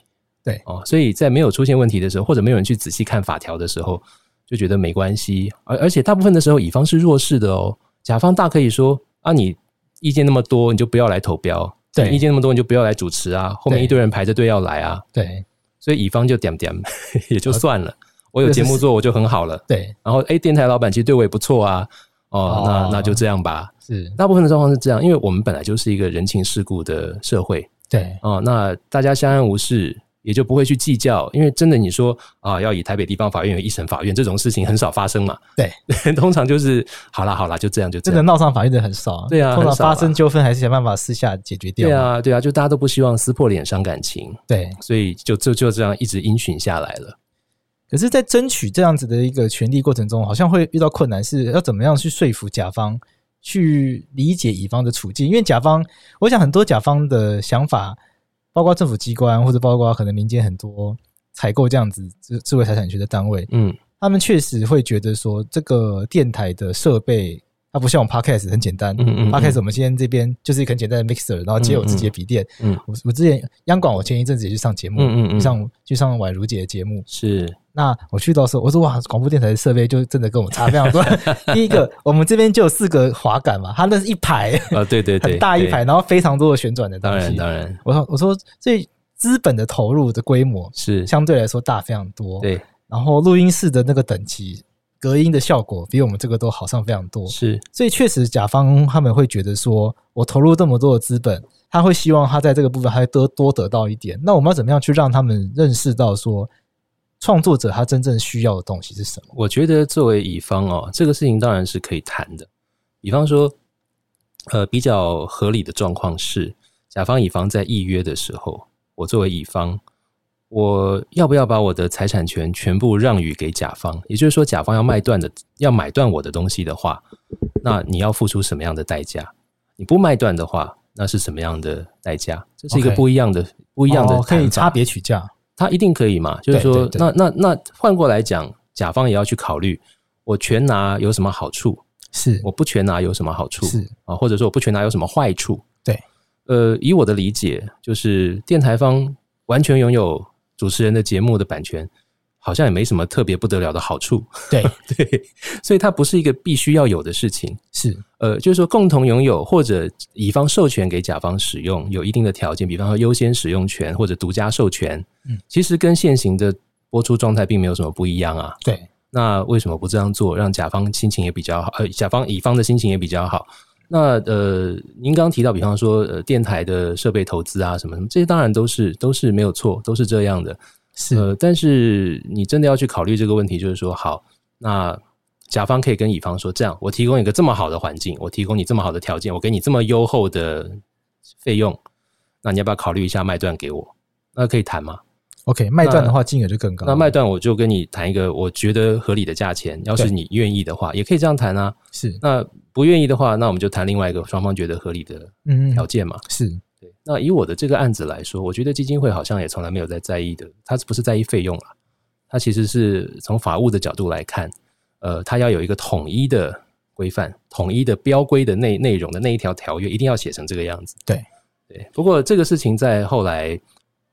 [SPEAKER 3] 对
[SPEAKER 2] 哦，所以在没有出现问题的时候，或者没有人去仔细看法条的时候，就觉得没关系。而而且大部分的时候，乙方是弱势的哦，甲方大可以说啊，你意见那么多，你就不要来投标；
[SPEAKER 3] 对
[SPEAKER 2] 你意见那么多，你就不要来主持啊。后面
[SPEAKER 3] 对
[SPEAKER 2] 一堆人排着队要来啊，
[SPEAKER 3] 对
[SPEAKER 2] 所以乙方就点点 也就算了。我有节目做，我就很好了。
[SPEAKER 3] 对
[SPEAKER 2] 然后，哎，电台老板其实对我也不错啊。哦
[SPEAKER 3] 哦，
[SPEAKER 2] 那那就这样吧。
[SPEAKER 3] 是，
[SPEAKER 2] 大部分的状况是这样，因为我们本来就是一个人情世故的社会，
[SPEAKER 3] 对
[SPEAKER 2] 哦，那大家相安无事，也就不会去计较，因为真的你说啊，要以台北地方法院为一审法院这种事情很少发生嘛，
[SPEAKER 3] 对，
[SPEAKER 2] 通常就是好啦好啦，就这样就这
[SPEAKER 3] 真的
[SPEAKER 2] 样。
[SPEAKER 3] 闹上法院的很少，
[SPEAKER 2] 对啊
[SPEAKER 3] 通常
[SPEAKER 2] 很少啊
[SPEAKER 3] 发生纠纷还是想办法私下解决掉，
[SPEAKER 2] 对，啊，对啊，就大家都不希望撕破脸伤感情，
[SPEAKER 3] 对。啊
[SPEAKER 2] 所以就就就这样一直音循下来了。
[SPEAKER 3] 可是，在争取这样子的一个权利过程中，好像会遇到困难，是要怎么样去说服甲方去理解乙方的处境，因为甲方，我想很多甲方的想法，包括政府机关或者包括可能民间很多采购这样子智智慧财产权的单位，
[SPEAKER 2] 嗯
[SPEAKER 3] 他们确实会觉得说，这个电台的设备它不像我们 podcast 很简单。
[SPEAKER 2] 嗯嗯
[SPEAKER 3] podcast 我们今天这边就是一个很简单的 mixer，然后接我自己的笔电。
[SPEAKER 2] 嗯
[SPEAKER 3] 我我之前央广，我前一阵子也去上节目，
[SPEAKER 2] 嗯嗯嗯
[SPEAKER 3] 上去上宛如姐的节目。
[SPEAKER 2] 是
[SPEAKER 3] 那我去到时候，我说哇，广播电台的设备就真的跟我们差非 常多。第一个，我们这边就有四个滑杆嘛，它那是一排
[SPEAKER 2] 啊，对对对，
[SPEAKER 3] 很大一
[SPEAKER 2] 对
[SPEAKER 3] 排，，然后非常多的旋转的东
[SPEAKER 2] 当然
[SPEAKER 3] 西。
[SPEAKER 2] 当然
[SPEAKER 3] 我说我说，所以资本的投入的规模
[SPEAKER 2] 是，
[SPEAKER 3] 相对来说大非常多。
[SPEAKER 2] 对
[SPEAKER 3] 然后录音室的那个等级、隔音的效果比我们这个都好上非常多。
[SPEAKER 2] 是，
[SPEAKER 3] 所以确实，甲方他们会觉得说，我投入这么多的资本，他会希望他在这个部分还多多得到一点。那我们要怎么样去让他们认识到说，创作者他真正需要的东西是什么？
[SPEAKER 2] 我觉得作为乙方哦，这个事情当然是可以谈的。比方说，呃，比较合理的状况是，甲方乙方在议约的时候，我作为乙方，我要不要把我的财产权全部让与给甲方？也就是说，甲方要卖断的，要买断我的东西的话，那你要付出什么样的代价？你不卖断的话，那是什么样的代价？这是一个
[SPEAKER 3] OK
[SPEAKER 2] 不一样的、不一样的
[SPEAKER 3] 哦可以
[SPEAKER 2] 谈法
[SPEAKER 3] 差别取价。
[SPEAKER 2] 他一定可以嘛？就是说，
[SPEAKER 3] 对
[SPEAKER 2] 那那那换过来讲，甲方也要去考虑，我全拿有什么好处，
[SPEAKER 3] 是
[SPEAKER 2] 我不全拿有什么好处
[SPEAKER 3] 是
[SPEAKER 2] 啊，或者说我不全拿有什么坏处？
[SPEAKER 3] 对，
[SPEAKER 2] 呃，以我的理解，就是电台方完全拥有主持人的节目的版权，好像也没什么特别不得了的好处，
[SPEAKER 3] 对，
[SPEAKER 2] 对，所以它不是一个必须要有的事情。
[SPEAKER 3] 是
[SPEAKER 2] 呃，就是说共同拥有或者乙方授权给甲方使用，有一定的条件，比方说优先使用权或者独家授权，
[SPEAKER 3] 嗯，
[SPEAKER 2] 其实跟现行的播出状态并没有什么不一样啊。
[SPEAKER 3] 对，
[SPEAKER 2] 那为什么不这样做，让甲方心情也比较好，呃，甲方乙方的心情也比较好？那呃，您刚提到，比方说呃，电台的设备投资啊，什么什么，这些当然都是都是没有错，都是这样的。
[SPEAKER 3] 是、
[SPEAKER 2] 呃，但是你真的要去考虑这个问题，就是说，好，那甲方可以跟乙方说，这样我提供一个这么好的环境，我提供你这么好的条件，我给你这么优厚的费用，那你要不要考虑一下卖断给我？那可以谈吗？
[SPEAKER 3] OK。卖断的话，金额就更高。
[SPEAKER 2] 那卖断我就跟你谈一个我觉得合理的价钱，要是
[SPEAKER 3] 对
[SPEAKER 2] 你愿意的话，也可以这样谈啊。
[SPEAKER 3] 是
[SPEAKER 2] 那不愿意的话，那我们就谈另外一个双方觉得合理的
[SPEAKER 3] 嗯
[SPEAKER 2] 条件嘛。
[SPEAKER 3] 是
[SPEAKER 2] 对，那以我的这个案子来说，我觉得基金会好像也从来没有在在意的，它不是在意费用了，它其实是从法务的角度来看，呃，它要有一个统一的规范、统一的标规的内内容的那一条条约，一定要写成这个样子。
[SPEAKER 3] 对
[SPEAKER 2] 对，不过这个事情在后来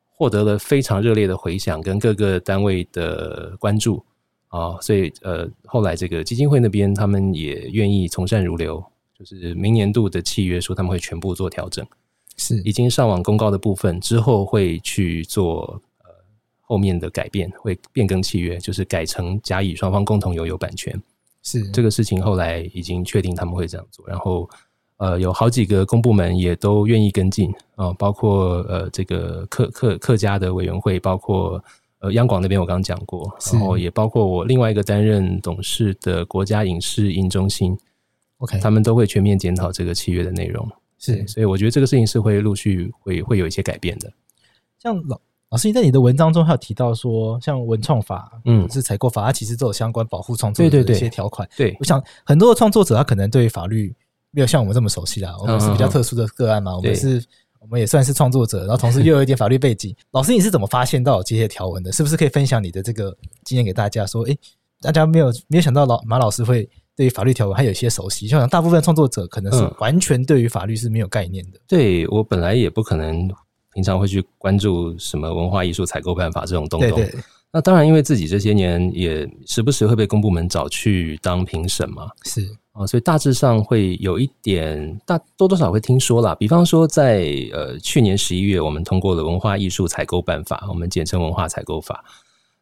[SPEAKER 2] 获得了非常热烈的回响跟各个单位的关注啊、所以呃，后来这个基金会那边他们也愿意从善如流，就是明年度的契约书他们会全部做调整。
[SPEAKER 3] 是
[SPEAKER 2] 已经上网公告的部分之后会去做呃后面的改变，会变更契约，就是改成甲乙双方共同拥有版权。
[SPEAKER 3] 是
[SPEAKER 2] 这个事情后来已经确定他们会这样做，然后呃有好几个公部门也都愿意跟进啊、包括呃这个客客客家的委员会，包括。呃，央广那边我刚刚讲过，然后也包括我另外一个担任董事的国家影视音中心，
[SPEAKER 3] OK。
[SPEAKER 2] 他们都会全面检讨这个契约的内容。
[SPEAKER 3] 是
[SPEAKER 2] 所以我觉得这个事情是会陆续会会有一些改变的。
[SPEAKER 3] 像老老师，你在你的文章中还有提到说，像文创法、
[SPEAKER 2] 嗯，
[SPEAKER 3] 是采购法，它其实都有相关保护创作
[SPEAKER 2] 对
[SPEAKER 3] 者
[SPEAKER 2] 对
[SPEAKER 3] 的
[SPEAKER 2] 对
[SPEAKER 3] 一些条款。
[SPEAKER 2] 对
[SPEAKER 3] 我想很多的创作者他可能对法律没有像我们这么熟悉啦，我们是比较特殊的个案嘛，我
[SPEAKER 2] 嗯对
[SPEAKER 3] 们是。我们也算是创作者，然后同时又有一点法律背景。老师，你是怎么发现到有这些条文的？是不是可以分享你的这个经验给大家？说，诶，大家没有没有想到老马老师会对于法律条文还有一些熟悉，就好像大部分创作者可能是
[SPEAKER 2] 嗯
[SPEAKER 3] 完全对于法律是没有概念的。
[SPEAKER 2] 对，我本来也不可能平常会去关注什么文化艺术采购办法这种东
[SPEAKER 3] 对
[SPEAKER 2] 东。
[SPEAKER 3] 对，
[SPEAKER 2] 那当然，因为自己这些年也时不时会被公部门找去当评审嘛，
[SPEAKER 3] 是
[SPEAKER 2] 啊，所以大致上会有一点大多多少少会听说啦。比方说在，呃去年十一月，我们通过了文化艺术采购办法，我们简称文化采购法。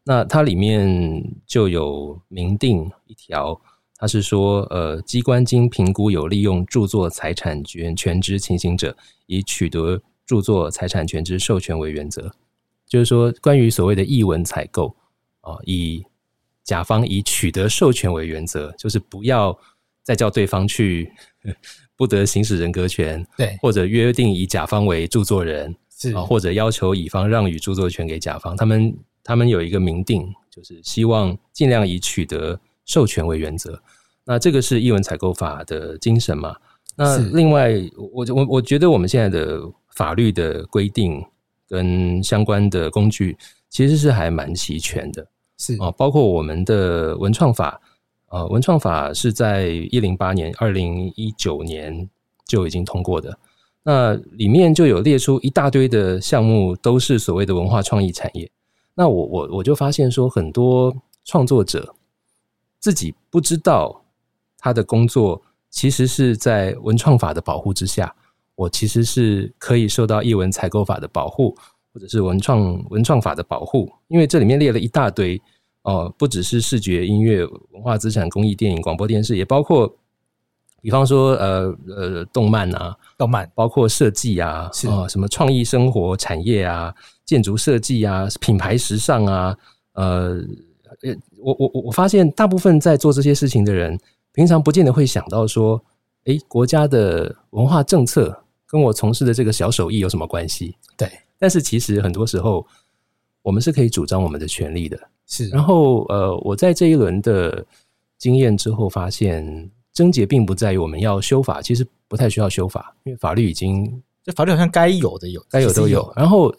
[SPEAKER 2] 那它里面就有明定一条，它是说，呃，机关经评估有利用著作财产权权之情形者，以取得著作财产权之授权为原则。就是说，关于所谓的译文采购啊、以甲方以取得授权为原则，就是不要再叫对方去不得行使人格权，
[SPEAKER 3] 对
[SPEAKER 2] 或者约定以甲方为著作人
[SPEAKER 3] 是
[SPEAKER 2] 啊、或者要求乙方让与著作权给甲方。他们他们有一个明定，就是希望尽量以取得授权为原则。那这个是译文采购法的精神嘛？那
[SPEAKER 3] 是
[SPEAKER 2] 另外，我我我觉得我们现在的法律的规定跟相关的工具其实是还蛮齐全的
[SPEAKER 3] 是
[SPEAKER 2] 哦，包括我们的文创法，呃，文创法是在一零八年、二零一九年就已经通过的。那里面就有列出一大堆的项目，都是所谓的文化创意产业。那我我我就发现说，很多创作者自己不知道他的工作其实是在文创法的保护之下，我其实是可以受到译文采购法的保护，或者是文创文创法的保护，因为这里面列了一大堆哦、呃不只是视觉、音乐、文化资产、公益、电影、广播电视，也包括。比方说，呃呃，动漫啊，
[SPEAKER 3] 动漫
[SPEAKER 2] 包括设计啊，
[SPEAKER 3] 是
[SPEAKER 2] 啊、什么创意生活产业啊、建筑设计啊、品牌时尚啊，呃，呃，我我我我发现大部分在做这些事情的人，平常不见得会想到说，诶，国家的文化政策跟我从事的这个小手艺有什么关系？
[SPEAKER 3] 对
[SPEAKER 2] 但是其实很多时候，我们是可以主张我们的权利的。
[SPEAKER 3] 是
[SPEAKER 2] 然后呃，我在这一轮的经验之后发现，症结并不在于我们要修法，其实不太需要修法，因为法律已经
[SPEAKER 3] 这法律好像该有的有，
[SPEAKER 2] 该有
[SPEAKER 3] 其实
[SPEAKER 2] 都有。然后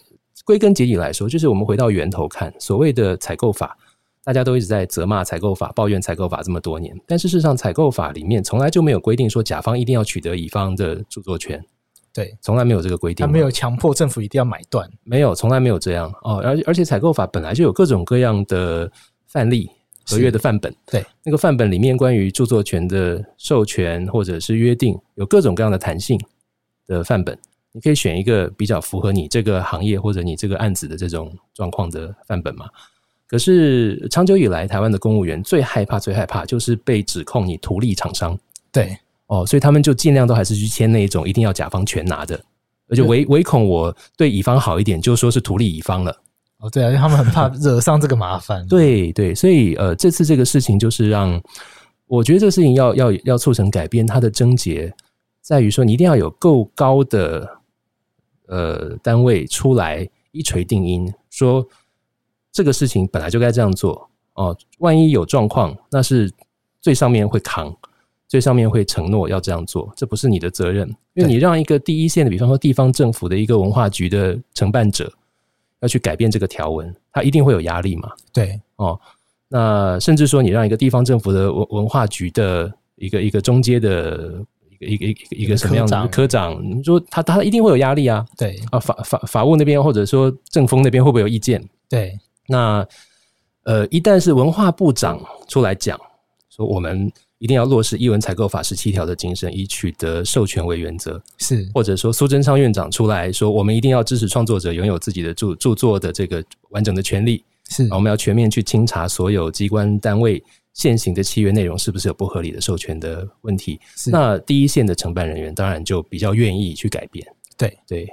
[SPEAKER 2] 归根结底来说，就是我们回到源头看，所谓的采购法，大家都一直在责骂采购法、抱怨采购法这么多年，但是事实上，采购法里面从来就没有规定说甲方一定要取得乙方的著作权，
[SPEAKER 3] 对，
[SPEAKER 2] 从来没有这个规定
[SPEAKER 3] 他
[SPEAKER 2] 嘛，
[SPEAKER 3] 没有强迫政府一定要买断，
[SPEAKER 2] 没有，从来没有这样哦。而而且采购法本来就有各种各样的范例、合约的范本，
[SPEAKER 3] 对，
[SPEAKER 2] 那个范本里面关于著作权的授权或者是约定，有各种各样的弹性的范本，你可以选一个比较符合你这个行业或者你这个案子的这种状况的范本嘛。可是长久以来，台湾的公务员最害怕、最害怕就是被指控你图利厂商
[SPEAKER 3] 对，
[SPEAKER 2] 哦，所以他们就尽量都还是去签那一种一定要甲方全拿的，而且唯唯恐我对乙方好一点，就说是图利乙方了。
[SPEAKER 3] 哦对啊，因为他们很 怕惹上这个麻烦，，
[SPEAKER 2] 对对，所以呃，这次这个事情就是让我觉得这个事情要要要促成改变，它的症结在于说，你一定要有够高的呃单位出来一锤定音，说这个事情本来就该这样做哦。万一有状况，那是最上面会扛，最上面会承诺要这样做，这不是你的责任，因为
[SPEAKER 3] 对
[SPEAKER 2] 你让一个第一线的，比方说地方政府的一个文化局的承办者。要去改变这个条文，他一定会有压力嘛？
[SPEAKER 3] 对，
[SPEAKER 2] 哦，那甚至说你让一个地方政府的文文化局的一个一个中阶的一个一个一个一个什么样
[SPEAKER 3] 科
[SPEAKER 2] 的
[SPEAKER 3] 长
[SPEAKER 2] 科长，你说他他一定会有压力啊
[SPEAKER 3] 对，
[SPEAKER 2] 啊法法法务那边或者说政风那边会不会有意见？
[SPEAKER 3] 对，
[SPEAKER 2] 那呃，一旦是文化部长出来讲说我们一定要落实《艺文采购法》十七条的精神，以取得授权为原则，
[SPEAKER 3] 是，
[SPEAKER 2] 或者说苏贞昌院长出来说我们一定要支持创作者拥有自己的著著作的这个完整的权利，
[SPEAKER 3] 是
[SPEAKER 2] 啊，我们要全面去清查所有机关单位现行的契约内容是不是有不合理的授权的问题。
[SPEAKER 3] 是
[SPEAKER 2] 那第一线的承办人员当然就比较愿意去改变。
[SPEAKER 3] 对
[SPEAKER 2] 对，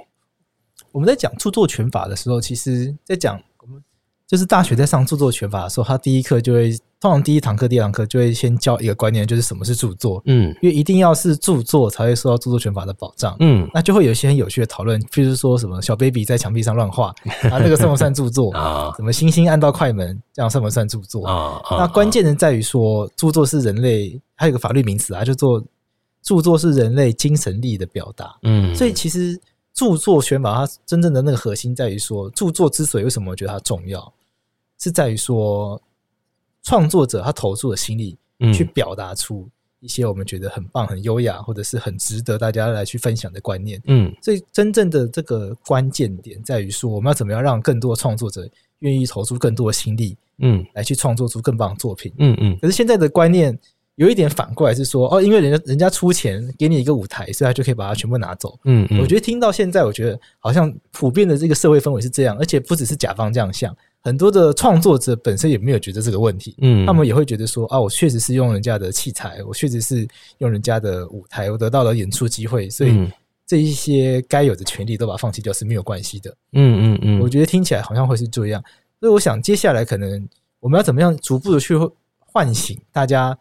[SPEAKER 3] 我们在讲著作权法的时候，其实在讲我们就是大学在上著作权法的时候，他第一课就会通常第一堂课、第二堂课就会先教一个观念，就是什么是著作，
[SPEAKER 2] 嗯
[SPEAKER 3] 因为一定要是著作才会受到著作权法的保障。
[SPEAKER 2] 嗯
[SPEAKER 3] 那就会有一些很有趣的讨论，譬如说什么小 baby 在墙壁上乱画啊，那个算不算著作？
[SPEAKER 2] 啊
[SPEAKER 3] 什么星星按到快门，这样算不算著作？
[SPEAKER 2] 啊，
[SPEAKER 3] 那关键的在于说，著作是人类，它有个法律名词啊，叫做著作是人类精神力的表达。
[SPEAKER 2] 嗯，
[SPEAKER 3] 所以其实著作选法它真正的那个核心在于说，著作之所以为什么我觉得它重要，是在于说创作者他投注的心力
[SPEAKER 2] 嗯
[SPEAKER 3] 去表达出一些我们觉得很棒、很优雅，或者是很值得大家来去分享的观念。
[SPEAKER 2] 嗯
[SPEAKER 3] 所以真正的这个关键点在于说，我们要怎么样让更多的创作者愿意投出更多的心力
[SPEAKER 2] 嗯
[SPEAKER 3] 来去创作出更棒的作品。
[SPEAKER 2] 嗯嗯
[SPEAKER 3] 可是现在的观念有一点反过来是说，哦，因为人家人家出钱给你一个舞台，所以他就可以把它全部拿走。
[SPEAKER 2] 嗯嗯，
[SPEAKER 3] 我觉得听到现在，我觉得好像普遍的这个社会氛围是这样，而且不只是甲方这样想，很多的创作者本身也没有觉得这个问题，
[SPEAKER 2] 嗯
[SPEAKER 3] 他们也会觉得说啊，我确实是用人家的器材，我确实是用人家的舞台，我得到了演出机会，所以
[SPEAKER 2] 嗯
[SPEAKER 3] 这一些该有的权利都把它放弃掉是没有关系的。
[SPEAKER 2] 嗯嗯嗯，
[SPEAKER 3] 我觉得听起来好像会是这样，所以我想接下来可能我们要怎么样逐步的去唤醒大家，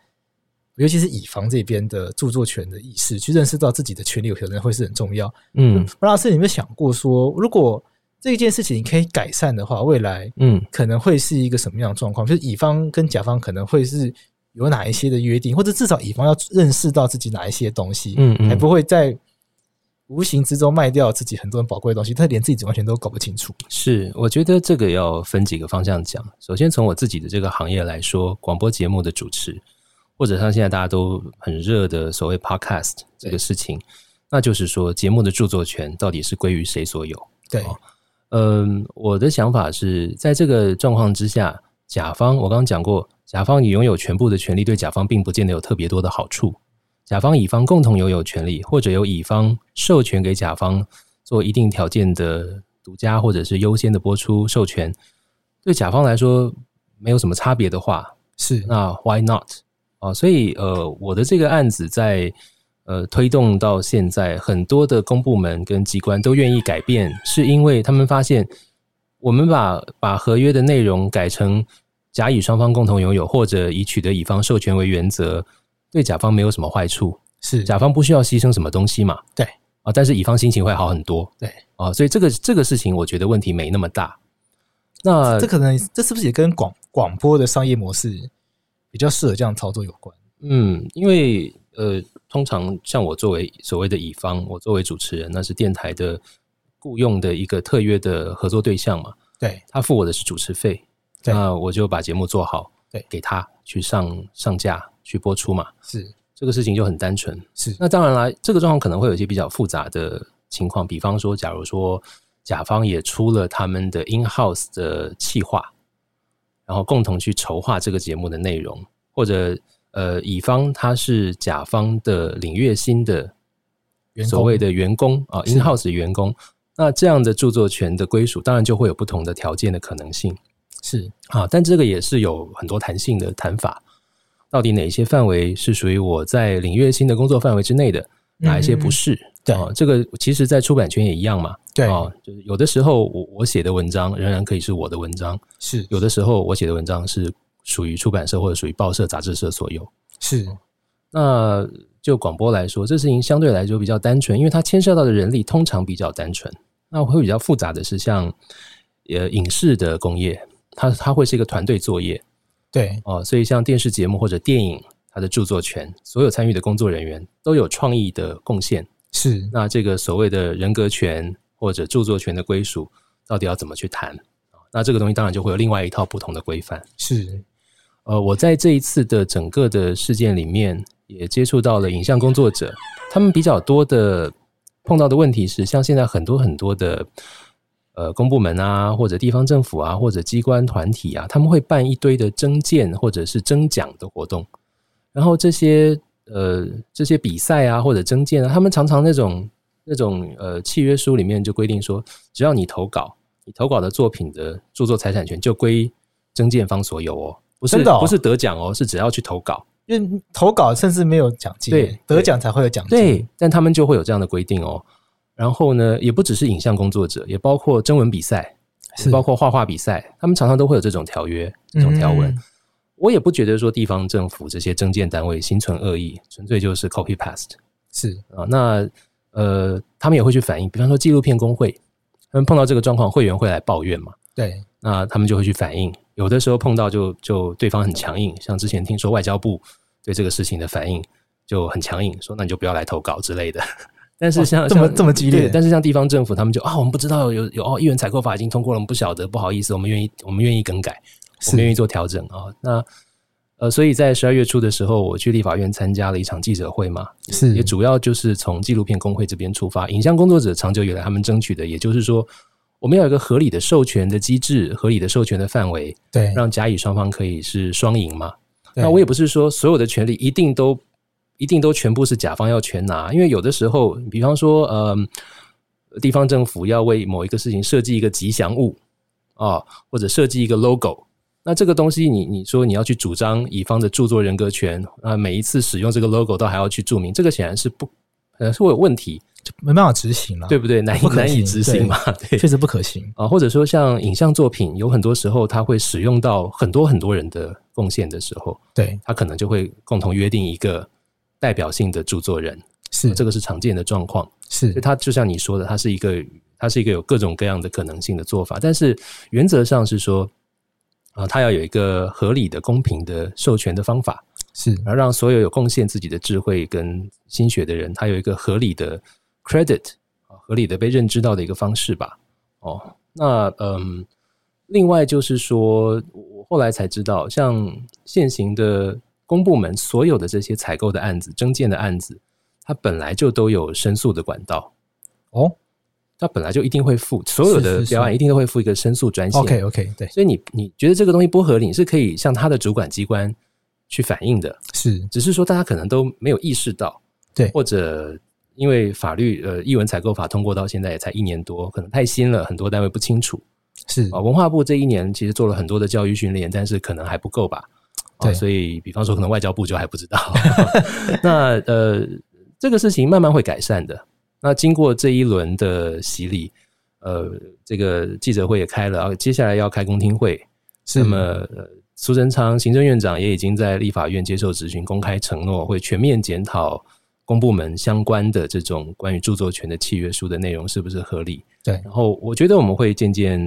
[SPEAKER 3] 尤其是乙方这边的著作权的意识，去认识到自己的权利，可能会是很重要。
[SPEAKER 2] 嗯
[SPEAKER 3] 布拉斯，你有没有想过说，如果这件事情可以改善的话，未来
[SPEAKER 2] 嗯
[SPEAKER 3] 可能会是一个什么样的状况？就是乙方跟甲方可能会是有哪一些的约定，或者至少乙方要认识到自己哪一些东西，
[SPEAKER 2] 嗯嗯
[SPEAKER 3] 才不会在无形之中卖掉自己很多很宝贵的东西，他连自己完全都搞不清楚。
[SPEAKER 2] 是，我觉得这个要分几个方向讲。首先，从我自己的这个行业来说，广播节目的主持，或者像现在大家都很热的所谓 podcast 这个事情，那就是说节目的著作权到底是归于谁所有？
[SPEAKER 3] 对，
[SPEAKER 2] 哦嗯，我的想法是在这个状况之下，甲方我刚刚讲过，甲方你拥有全部的权利，对甲方并不见得有特别多的好处。甲方乙方共同拥有权利，或者由乙方授权给甲方做一定条件的独家或者是优先的播出授权，对甲方来说没有什么差别的话，
[SPEAKER 3] 是
[SPEAKER 2] 那 why not？哦，所以呃，我的这个案子在呃推动到现在，很多的公部门跟机关都愿意改变，是因为他们发现我们把把合约的内容改成甲乙双方共同拥有，或者以取得乙方授权为原则，对甲方没有什么坏处，
[SPEAKER 3] 是
[SPEAKER 2] 甲方不需要牺牲什么东西嘛。
[SPEAKER 3] 对
[SPEAKER 2] 啊，但是乙方心情会好很多。
[SPEAKER 3] 对
[SPEAKER 2] 啊，所以这个这个事情，我觉得问题没那么大。那
[SPEAKER 3] 这可能这是不是也跟广广播的商业模式比较适合这样操作有关？
[SPEAKER 2] 嗯，因为呃，通常像我作为所谓的乙方，我作为主持人，那是电台的雇佣的一个特约的合作对象嘛，
[SPEAKER 3] 对
[SPEAKER 2] 他付我的是主持费，
[SPEAKER 3] 对
[SPEAKER 2] 那我就把节目做好，
[SPEAKER 3] 对
[SPEAKER 2] 给他去上上架去播出嘛，
[SPEAKER 3] 是
[SPEAKER 2] 这个事情就很单纯。
[SPEAKER 3] 是
[SPEAKER 2] 那当然啦，这个状况可能会有一些比较复杂的情况，比方说，假如说甲方也出了他们的 in house 的企划，然后共同去筹划这个节目的内容，或者呃，乙方他是甲方的领月薪的
[SPEAKER 3] 员工
[SPEAKER 2] 所谓的员工啊，in house 的员工，那这样的著作权的归属，当然就会有不同的条件的可能性。
[SPEAKER 3] 是
[SPEAKER 2] 啊，但这个也是有很多弹性的谈法，到底哪一些范围是属于我在领月薪的工作范围之内的，哪一些不是？
[SPEAKER 3] 嗯对
[SPEAKER 2] 啊，这个其实，在出版圈也一样嘛。
[SPEAKER 3] 对
[SPEAKER 2] 啊，就是有的时候我我写的文章仍然可以是我的文章，
[SPEAKER 3] 是
[SPEAKER 2] 有的时候我写的文章是属于出版社或者属于报社、杂志社所有。
[SPEAKER 3] 是
[SPEAKER 2] 哦那就广播来说，这事情相对来说比较单纯，因为它牵涉到的人力通常比较单纯。那会比较复杂的是像呃影视的工业，它它会是一个团队作业。
[SPEAKER 3] 对
[SPEAKER 2] 哦，所以像电视节目或者电影，它的著作权，所有参与的工作人员都有创意的贡献。
[SPEAKER 3] 是
[SPEAKER 2] 那这个所谓的人格权或者著作权的归属，到底要怎么去谈？啊那这个东西当然就会有另外一套不同的规范。
[SPEAKER 3] 是
[SPEAKER 2] 呃，我在这一次的整个的事件里面，也接触到了影像工作者，他们比较多的碰到的问题是，像现在很多很多的呃公部门啊，或者地方政府啊，或者机关团体啊，他们会办一堆的征件或者是征奖的活动，然后这些呃这些比赛啊或者征件啊，他们常常那种那种呃契约书里面就规定说，只要你投稿，你投稿的作品的著作财产权就归征件方所有哦，不是、
[SPEAKER 3] 真的哦
[SPEAKER 2] 不是得奖哦，是只要去投稿。
[SPEAKER 3] 因为投稿甚至没有奖金，
[SPEAKER 2] 对
[SPEAKER 3] 得奖才会有奖金，
[SPEAKER 2] 对，但他们就会有这样的规定哦。然后呢，也不只是影像工作者，也包括征文比赛，
[SPEAKER 3] 是
[SPEAKER 2] 包括画画比赛，他们常常都会有这种条约、这种条文。
[SPEAKER 3] 嗯
[SPEAKER 2] 我也不觉得说地方政府这些征建单位心存恶意，纯粹就是 copy paste
[SPEAKER 3] 是
[SPEAKER 2] 啊。那呃，他们也会去反映，比方说纪录片工会，他们碰到这个状况，会员会来抱怨嘛。
[SPEAKER 3] 对
[SPEAKER 2] 那他们就会去反映。有的时候碰到就就对方很强硬，像之前听说外交部对这个事情的反应就很强硬，说那你就不要来投稿之类的。但是像
[SPEAKER 3] 哇这么
[SPEAKER 2] 像
[SPEAKER 3] 这么激烈
[SPEAKER 2] 对但是像地方政府他们就啊，我们不知道有有哦，议员采购法已经通过了，我们不晓得，不好意思，我们愿意我们愿意更改，我
[SPEAKER 3] 是
[SPEAKER 2] 们愿意做调整啊、那呃，所以在十二月初的时候，我去立法院参加了一场记者会嘛，
[SPEAKER 3] 是
[SPEAKER 2] 也主要就是从纪录片工会这边出发。影像工作者长久以来他们争取的，也就是说，我们要有一个合理的授权的机制，合理的授权的范围，
[SPEAKER 3] 对
[SPEAKER 2] 让甲乙双方可以是双赢嘛。
[SPEAKER 3] 对
[SPEAKER 2] 那我也不是说所有的权利一定都一定都全部是甲方要全拿，因为有的时候，比方说，嗯、地方政府要为某一个事情设计一个吉祥物啊、或者设计一个 logo。那这个东西你，你说你要去主张乙方的著作人格权啊，每一次使用这个 logo 都还要去注明，这个显然是不呃是会有问题，
[SPEAKER 3] 没办法执行了，
[SPEAKER 2] 对，不对？难以
[SPEAKER 3] 啊不可
[SPEAKER 2] 难以
[SPEAKER 3] 行
[SPEAKER 2] 执行嘛， 对
[SPEAKER 3] 确实不可行，
[SPEAKER 2] 啊，或者说像影像作品，有很多时候它会使用到很多很多人的贡献的时候，
[SPEAKER 3] 对
[SPEAKER 2] 它可能就会共同约定一个代表性的著作人，
[SPEAKER 3] 是
[SPEAKER 2] 这个是常见的状况。所以
[SPEAKER 3] 是
[SPEAKER 2] 它就像你说的，它是一个它是一个有各种各样的可能性的做法，但是呃原则上是说，啊、它要有一个合理的、公平的授权的方法。
[SPEAKER 3] 是
[SPEAKER 2] 然后让所有有贡献自己的智慧跟心血的人，他有一个合理的 credit 啊，合理的被认知到的一个方式吧。哦，那嗯，另外就是说，我后来才知道，像现行的公部门所有的这些采购的案子、征件的案子，它本来就都有申诉的管道，
[SPEAKER 3] 哦
[SPEAKER 2] 它本来就一定会付所有的
[SPEAKER 3] 是是是
[SPEAKER 2] 标案一定都会付一个申诉专线。
[SPEAKER 3] ，OK OK，对，
[SPEAKER 2] 所以你你觉得这个东西不合理，你是可以向他的主管机关去反映的。
[SPEAKER 3] 是
[SPEAKER 2] 只是说大家可能都没有意识到，
[SPEAKER 3] 对
[SPEAKER 2] 或者因为法律呃，译文采购法通过到现在也才一年多，可能太新了，很多单位不清楚
[SPEAKER 3] 是
[SPEAKER 2] 啊、文化部这一年其实做了很多的教育训练，但是可能还不够吧。啊
[SPEAKER 3] 对
[SPEAKER 2] 所以比方说可能外交部就还不 知道。 那呃，这个事情慢慢会改善的。那经过这一轮的洗礼，呃，这个记者会也开了，啊接下来要开公听会，
[SPEAKER 3] 是
[SPEAKER 2] 那么，呃苏贞昌行政院长也已经在立法院接受质询，公开承诺会全面检讨公部门相关的这种关于著作权的契约书的内容是不是合理。
[SPEAKER 3] 对
[SPEAKER 2] 然后我觉得我们会渐渐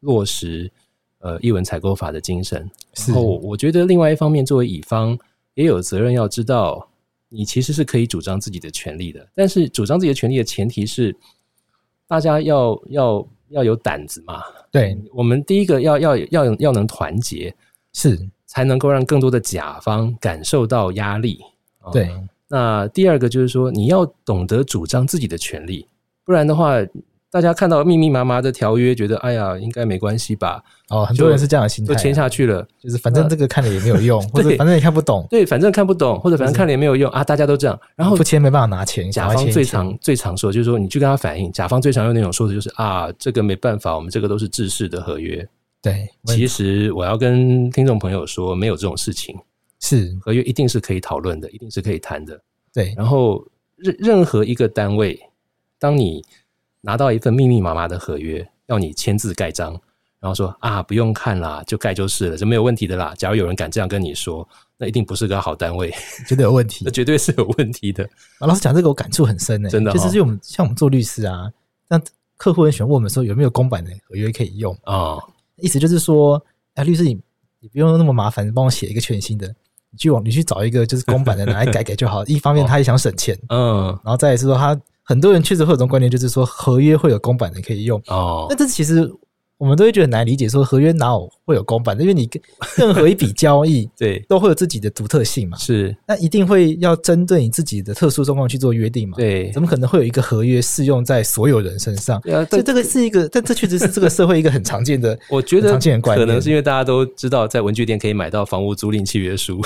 [SPEAKER 2] 落实呃译文采购法的精神。
[SPEAKER 3] 是
[SPEAKER 2] 然后我觉得另外一方面，作为乙方也有责任要知道，你其实是可以主张自己的权利的，但是主张自己的权利的前提是大家要要要有胆子嘛。
[SPEAKER 3] 对
[SPEAKER 2] 我们第一个要要要要能团结，
[SPEAKER 3] 是，
[SPEAKER 2] 才能够让更多的甲方感受到压力。哦
[SPEAKER 3] 对
[SPEAKER 2] 那第二个就是说，你要懂得主张自己的权利，不然的话，大家看到密密麻麻的条约，觉得哎呀，应该没关系吧，
[SPEAKER 3] 哦，很多人是这样的心态
[SPEAKER 2] 就
[SPEAKER 3] 啊，
[SPEAKER 2] 签下去了。
[SPEAKER 3] 就是反正这个看了也没有用，或 者
[SPEAKER 2] 对
[SPEAKER 3] 反正也看不懂，
[SPEAKER 2] 对，反正看不懂，或者反正看了也没有用啊，大家都这样。然后
[SPEAKER 3] 嗯不签没办法拿钱，
[SPEAKER 2] 甲
[SPEAKER 3] 赶快
[SPEAKER 2] 方
[SPEAKER 3] 签一
[SPEAKER 2] 最
[SPEAKER 3] 签
[SPEAKER 2] 常最常说，就是说你去跟他反映，甲方最常用那种说的就是啊，这个没办法，我们这个都是制式的合约。
[SPEAKER 3] 对，
[SPEAKER 2] 其实我要跟听众朋友说，没有这种事情，
[SPEAKER 3] 是
[SPEAKER 2] 合约一定是可以讨论的，一定是可以谈的。
[SPEAKER 3] 对
[SPEAKER 2] 然后任任何一个单位，当你拿到一份密密麻麻的合约，要你签字盖章，然后说啊不用看啦，就盖就是了，这没有问题的啦。假如有人敢这样跟你说，那一定不是个好单位，
[SPEAKER 3] 觉得有问题
[SPEAKER 2] 那。绝对是有问题的。
[SPEAKER 3] 啊老师讲这个我感触很深呢，
[SPEAKER 2] 真的
[SPEAKER 3] 就
[SPEAKER 2] 哦
[SPEAKER 3] 是因为我们像我们做律师啊，那客户很喜欢问我们说有没有公版的合约可以用，
[SPEAKER 2] 哦，
[SPEAKER 3] 意思就是说，哎，律师你你不用那么麻烦，帮我写一个全新的，你去网你去找一个就是公版的拿来改改 就好。一方面他也想省钱，
[SPEAKER 2] 嗯，
[SPEAKER 3] 然后再来是说他很多人确实会有种观念，就是说合约会有公版的可以用，
[SPEAKER 2] 哦
[SPEAKER 3] 那，这其实我们都会觉得很难理解，说合约哪有会有公版的？因为你跟任何一笔交易
[SPEAKER 2] 对，
[SPEAKER 3] 都会有自己的独特性嘛，
[SPEAKER 2] 是，
[SPEAKER 3] 那一定会要针对你自己的特殊状况去做约定嘛。，
[SPEAKER 2] 对
[SPEAKER 3] 怎，么可能会有一个合约适用在所有人身上？
[SPEAKER 2] 对啊，
[SPEAKER 3] 所以
[SPEAKER 2] 但
[SPEAKER 3] 这个是一个，但这确实是这个社会一个很常见的
[SPEAKER 2] 我觉
[SPEAKER 3] 很
[SPEAKER 2] 得
[SPEAKER 3] 常见的观
[SPEAKER 2] 可
[SPEAKER 3] 念
[SPEAKER 2] 能是因为大家都知道，在文具店可以买到房屋租赁契约书。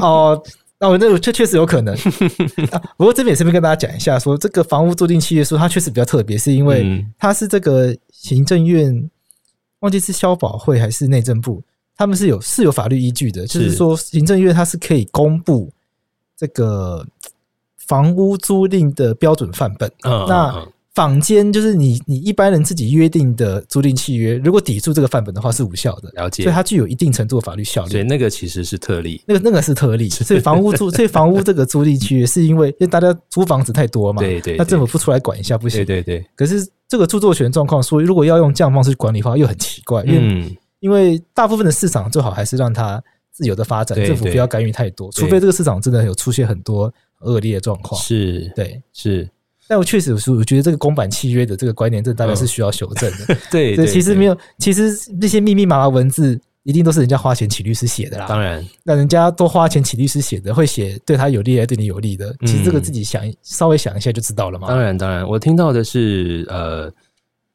[SPEAKER 3] 哦。那我那我这确实有可能、啊不过这边也顺便跟大家讲一下说这个房屋租赁契约书它确实比较特别，是因为
[SPEAKER 2] 嗯
[SPEAKER 3] 它是这个行政院忘记是消保会还是内政部，他们是有是有法律依据的，就是
[SPEAKER 2] 是
[SPEAKER 3] 说行政院它是可以公布这个房屋租赁的标准范本。
[SPEAKER 2] 嗯，嗯
[SPEAKER 3] 那
[SPEAKER 2] 嗯
[SPEAKER 3] 坊间就是你你一般人自己约定的租赁契约，如果抵触这个范本的话是无效的，
[SPEAKER 2] 了解
[SPEAKER 3] 所以它具有一定程度的法律效
[SPEAKER 2] 所以
[SPEAKER 3] 力。
[SPEAKER 2] 那个其实是特例。
[SPEAKER 3] 那个那个是特例，所以房 屋租，所以房屋这个租赁契约是因为因 为大家租房子太多嘛，
[SPEAKER 2] 对对
[SPEAKER 3] 那
[SPEAKER 2] 对
[SPEAKER 3] 政府不出来管一下不行
[SPEAKER 2] 对。对对，
[SPEAKER 3] 可是这个著作权状况，说如果要用这样方式管理的话，又很奇怪，因为
[SPEAKER 2] 嗯，
[SPEAKER 3] 因为大部分的市场最好还是让它自由的发展，
[SPEAKER 2] 对
[SPEAKER 3] 政府不要干预太多，
[SPEAKER 2] 对
[SPEAKER 3] 除非这个市场真的有出现很多恶劣的状况。
[SPEAKER 2] 是
[SPEAKER 3] 对，
[SPEAKER 2] 是，
[SPEAKER 3] 但我确实是，我觉得这个公版契约的这个观念，这大概是需要修正 的。
[SPEAKER 2] 嗯对
[SPEAKER 3] 这其实没
[SPEAKER 2] 有，
[SPEAKER 3] 有，其实那些密密麻麻文字，一定都是人家花钱请律师写的啦。
[SPEAKER 2] 当然
[SPEAKER 3] 那人家多花钱请律师写的，会写对他有利还是对你有利的？其实这个自己想稍微想一下就知道了
[SPEAKER 2] 嗯
[SPEAKER 3] 嘛。
[SPEAKER 2] 当然当然，我听到的是呃，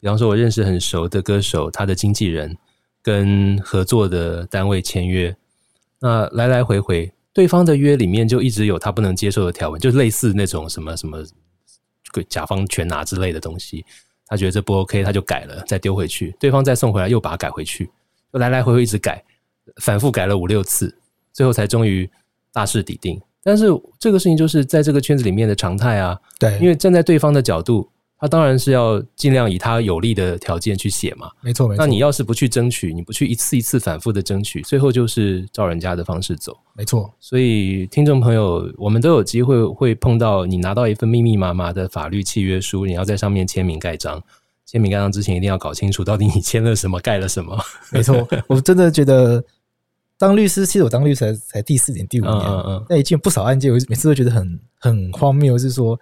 [SPEAKER 2] 比方说我认识很熟的歌手，他的经纪人跟合作的单位签约，那来来回回，对方的约里面就一直有他不能接受的条文，就类似那种什么什么甲方全拿之类的东西，他觉得这不 OK，他就改了，再丢回去，对方再送回来又把它改回去，就来来回回一直改，反复改了五六次，最后才终于大势抵定。但是这个事情就是在这个圈子里面的常态啊，
[SPEAKER 3] 对，
[SPEAKER 2] 因为站在对方的角度，他当然是要尽量以他有利的条件去写嘛。
[SPEAKER 3] 没错没错，
[SPEAKER 2] 那你要是不去争取，你不去一次一次反复的争取，最后就是照人家的方式走。
[SPEAKER 3] 没错，
[SPEAKER 2] 所以，听众朋友，我们都有机会会碰到你拿到一份密密麻麻的法律契约书，你要在上面签名盖章。签名盖章之前，一定要搞清楚到底你签了什么，盖了什么。
[SPEAKER 3] 没错。我真的觉得当律师，其实我当律师才才第四年、第五
[SPEAKER 2] 嗯
[SPEAKER 3] 年，
[SPEAKER 2] 嗯嗯，
[SPEAKER 3] 那已经有不少案件，我每次都觉得很很荒谬，是说，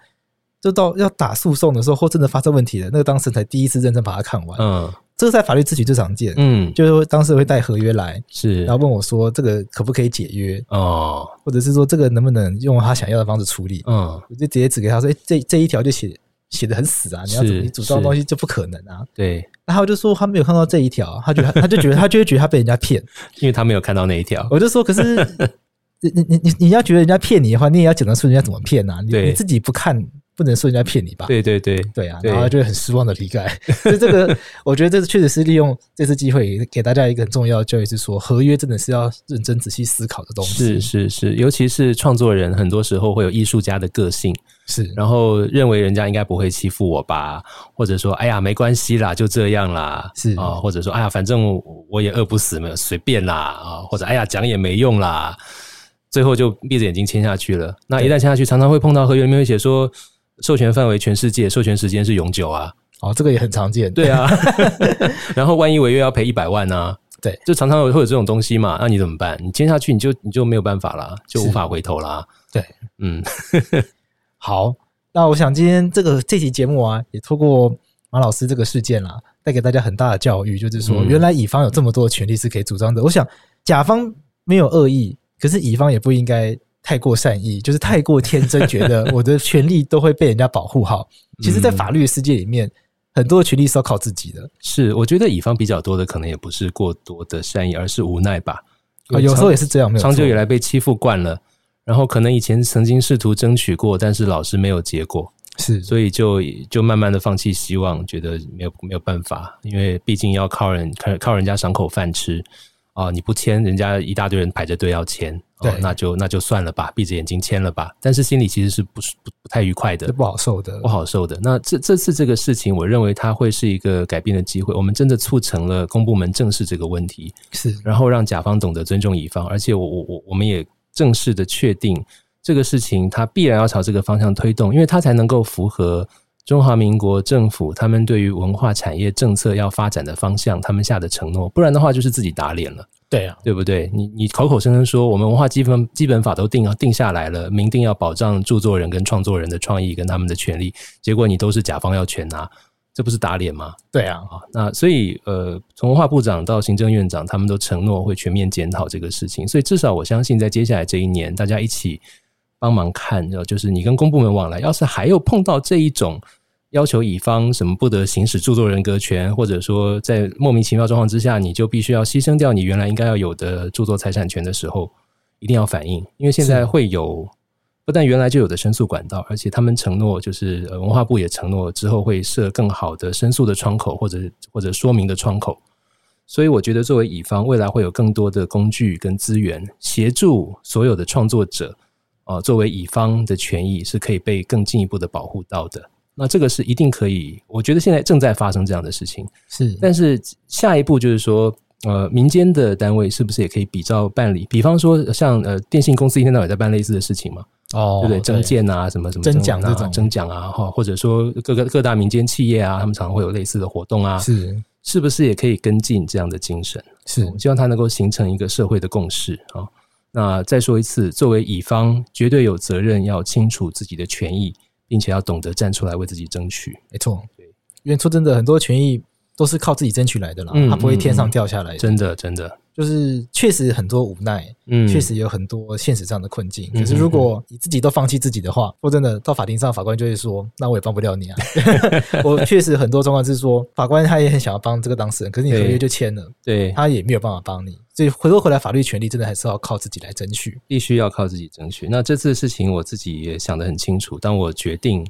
[SPEAKER 3] 就到要打诉讼的时候，或真的发生问题了，那个当事人才第一次认真把它看完。
[SPEAKER 2] 嗯
[SPEAKER 3] 这个在法律咨询最常见，
[SPEAKER 2] 嗯，
[SPEAKER 3] 就是当事人会带合约来，
[SPEAKER 2] 是
[SPEAKER 3] 然后问我说这个可不可以解约，
[SPEAKER 2] 哦，
[SPEAKER 3] 或者是说这个能不能用他想要的方式处理，
[SPEAKER 2] 嗯，
[SPEAKER 3] 我就直接指给他说，哎、这这一条就写写的很死啊，你要怎么
[SPEAKER 2] 是
[SPEAKER 3] 你主张的
[SPEAKER 2] 是
[SPEAKER 3] 东西就不可能啊。
[SPEAKER 2] 对，
[SPEAKER 3] 然后他就说他没有看到这一条啊，他觉得 他就觉得他就会觉得他被人家骗。
[SPEAKER 2] 因为他没有看到那一条，
[SPEAKER 3] 我就说，可是 你你你你要觉得人家骗你的话，你也要讲得出人家怎么骗啊，你
[SPEAKER 2] 对
[SPEAKER 3] 你自己不看，不能说人家骗你吧？
[SPEAKER 2] 对对对，
[SPEAKER 3] 对啊，
[SPEAKER 2] 对
[SPEAKER 3] 然后他就会很失望的离开。 所以这个，我觉得这确实是利用这次机会给大家一个很重要的教育，是说合约真的是要认真仔细思考的东西。
[SPEAKER 2] 是是是，尤其是创作人，很多时候会有艺术家的个性，
[SPEAKER 3] 是，
[SPEAKER 2] 然后认为人家应该不会欺负我吧，或者说哎呀没关系啦，就这样啦，
[SPEAKER 3] 是
[SPEAKER 2] 啊、或者说哎呀反正我我也饿不死，没有随便啦啊、或者哎呀讲也没用啦，最后就闭着眼睛签下去了。那一旦签下去，常常会碰到合约里面会写说。授权范围全世界，授权时间是永久啊，
[SPEAKER 3] 哦，这个也很常见。
[SPEAKER 2] 对 啊。然后万一违约要赔一百万呢、啊？
[SPEAKER 3] 对，
[SPEAKER 2] 就常常有会有这种东西嘛，那你怎么办？你签下去你就你就没有办法啦，就无
[SPEAKER 3] 是
[SPEAKER 2] 法回头啦。
[SPEAKER 3] 对，
[SPEAKER 2] 嗯，
[SPEAKER 3] 好，那我想今天这个这期节目啊，也透过马老师这个事件啦、带给大家很大的教育，就是说，
[SPEAKER 2] 嗯
[SPEAKER 3] 原来乙方有这么多的权利是可以主张的。我想甲方没有恶意，可是乙方也不应该太过善意，就是太过天真，觉得我的权利都会被人家保护好。其
[SPEAKER 2] 嗯
[SPEAKER 3] 实，在法律的世界里面，很多的权利是要靠自己的。
[SPEAKER 2] 是，我觉得乙方比较多的可能也不是过多的善意，而是无奈吧。
[SPEAKER 3] 啊，有时候也是这样，没有
[SPEAKER 2] 长久
[SPEAKER 3] 错
[SPEAKER 2] 以来被欺负惯了，然后可能以前曾经试图争取过，但是老是没有结果，
[SPEAKER 3] 是
[SPEAKER 2] 所以就就慢慢的放弃希望，觉得没有没有办法，因为毕竟要靠人靠靠人家赏口饭吃啊、你不签，人家一大堆人排着队要签，哦
[SPEAKER 3] 对
[SPEAKER 2] 那就那就算了吧，闭着眼睛签了吧。但是心里其实是不是不不太愉快的
[SPEAKER 3] 这，不好受的
[SPEAKER 2] 不。好受的。那这这次这个事情，我认为它会是一个改变的机会。我们真的促成了公部门正视这个问题，
[SPEAKER 3] 是
[SPEAKER 2] 然后让甲方懂得尊重乙方，而且我我我我们也正式的确定这个事情，它必然要朝这个方向推动，因为它才能够符合。中华民国政府他们对于文化产业政策要发展的方向，他们下的承诺，不然的话就是自己打脸了。
[SPEAKER 3] 对啊，
[SPEAKER 2] 对不对？你你口口声声说我们文化基本基本法都定定下来了，明定要保障著作人跟创作人的创意跟他们的权利，结果你都是甲方要全拿，这不是打脸吗？
[SPEAKER 3] 对啊，
[SPEAKER 2] 啊，那所以呃，从文化部长到行政院长，他们都承诺会全面检讨这个事情，所以至少我相信，在接下来这一年，大家一起帮忙看，呃就是你跟公部门往来，要是还有碰到这一种要求乙方什么不得行使著作人格权，或者说在莫名其妙状况之下，你就必须要牺牲掉你原来应该要有的著作财产权的时候，一定要反映，因为现在
[SPEAKER 3] 是
[SPEAKER 2] 会有。不但原来就有的申诉管道，而且他们承诺，就是呃文化部也承诺之后会设更好的申诉的窗口，或者或者说明的窗口。所以我觉得，作为乙方，未来会有更多的工具跟资源协助所有的创作者，呃，作为乙方的权益是可以被更进一步的保护到的。那这个是一定可以，我觉得现在正在发生这样的事情。
[SPEAKER 3] 是
[SPEAKER 2] 但是下一步就是说，呃，民间的单位是不是也可以比照办理？比方说像呃，电信公司一天到晚在办类似的事情嘛，
[SPEAKER 3] 哦
[SPEAKER 2] 对不对？征件啊，什么什么
[SPEAKER 3] 征
[SPEAKER 2] 征
[SPEAKER 3] 奖
[SPEAKER 2] 文
[SPEAKER 3] 这
[SPEAKER 2] 啊
[SPEAKER 3] 种
[SPEAKER 2] 征奖啊，哈，或者说各个各大民间企业啊，他们常常会有类似的活动啊，
[SPEAKER 3] 是
[SPEAKER 2] 是不是也可以跟进这样的精神？
[SPEAKER 3] 是
[SPEAKER 2] 我希望它能够形成一个社会的共识啊。那再说一次，作为乙方，绝对有责任要清楚自己的权益，并且要懂得站出来为自己争取。
[SPEAKER 3] 没错
[SPEAKER 2] 对，
[SPEAKER 3] 因为说真的，很多权益都是靠自己争取来的啦，
[SPEAKER 2] 嗯
[SPEAKER 3] 它不会天上掉下来的。
[SPEAKER 2] 真的，真的，
[SPEAKER 3] 就是确实很多无奈，
[SPEAKER 2] 嗯，
[SPEAKER 3] 确实有很多现实上的困境。
[SPEAKER 2] 嗯
[SPEAKER 3] 可是如果你自己都放弃自己的话，说真的，到法庭上法官就会说：“那我也帮不 了你啊。”我确实很多状况是说，法官他也很想要帮这个当事人，可是你合约
[SPEAKER 2] 对
[SPEAKER 3] 就签了，
[SPEAKER 2] 对，
[SPEAKER 3] 他也没有办法帮你。所以回头回来，法律权利真的还是要靠自己来争取。
[SPEAKER 2] 必须要靠自己争取。那这次的事情我自己也想得很清楚，当我决定，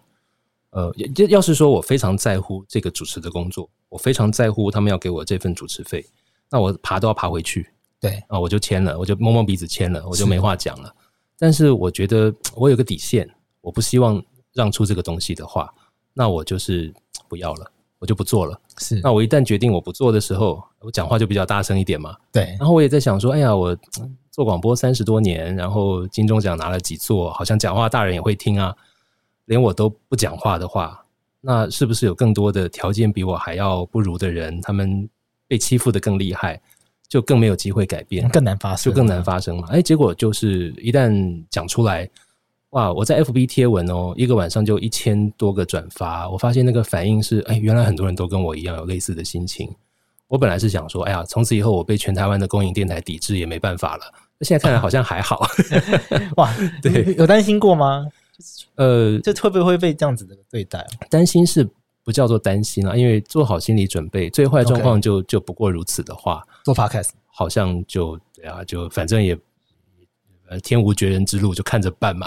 [SPEAKER 2] 呃，也也要是说我非常在乎这个主持的工作，我非常在乎他们要给我这份主持费，那我爬都要爬回去
[SPEAKER 3] 对，
[SPEAKER 2] 啊，我就签了，我就摸摸鼻子签了，我就是没话讲了。但是我觉得我有个底线，我不希望让出这个东西的话，那我就是不要了，我就不做了。
[SPEAKER 3] 是
[SPEAKER 2] 那我一旦决定我不做的时候，我讲话就比较大声一点嘛，
[SPEAKER 3] 对，
[SPEAKER 2] 然后我也在想说，哎呀，我嗯做广播三十多年，然后金钟奖拿了几座，好像讲话大人也会听啊。连我都不讲话的话，那是不是有更多的条件比我还要不如的人，他们被欺负的更厉害，就更没有机会改变，
[SPEAKER 3] 更难发生，
[SPEAKER 2] 就更难发生嘛。哎，结果就是一旦讲出来，哇！我在 FB 贴文哦，一个晚上就一千多个转发，我发现那个反应是，哎，原来很多人都跟我一样有类似的心情。我本来是想说，哎呀，从此以后我被全台湾的公营电台抵制也没办法了。现在看来好像还好，
[SPEAKER 3] 哇！
[SPEAKER 2] 对
[SPEAKER 3] 你有担心过吗？
[SPEAKER 2] 呃，
[SPEAKER 3] 这会不会被这样子的对待？啊
[SPEAKER 2] 担心是不叫做担心啊，因为做好心理准备，最坏状
[SPEAKER 3] OK
[SPEAKER 2] 况就就不过如此的话，
[SPEAKER 3] 做 podcast
[SPEAKER 2] 好像就对啊，就反正也呃天无绝人之路，就看着 办嘛。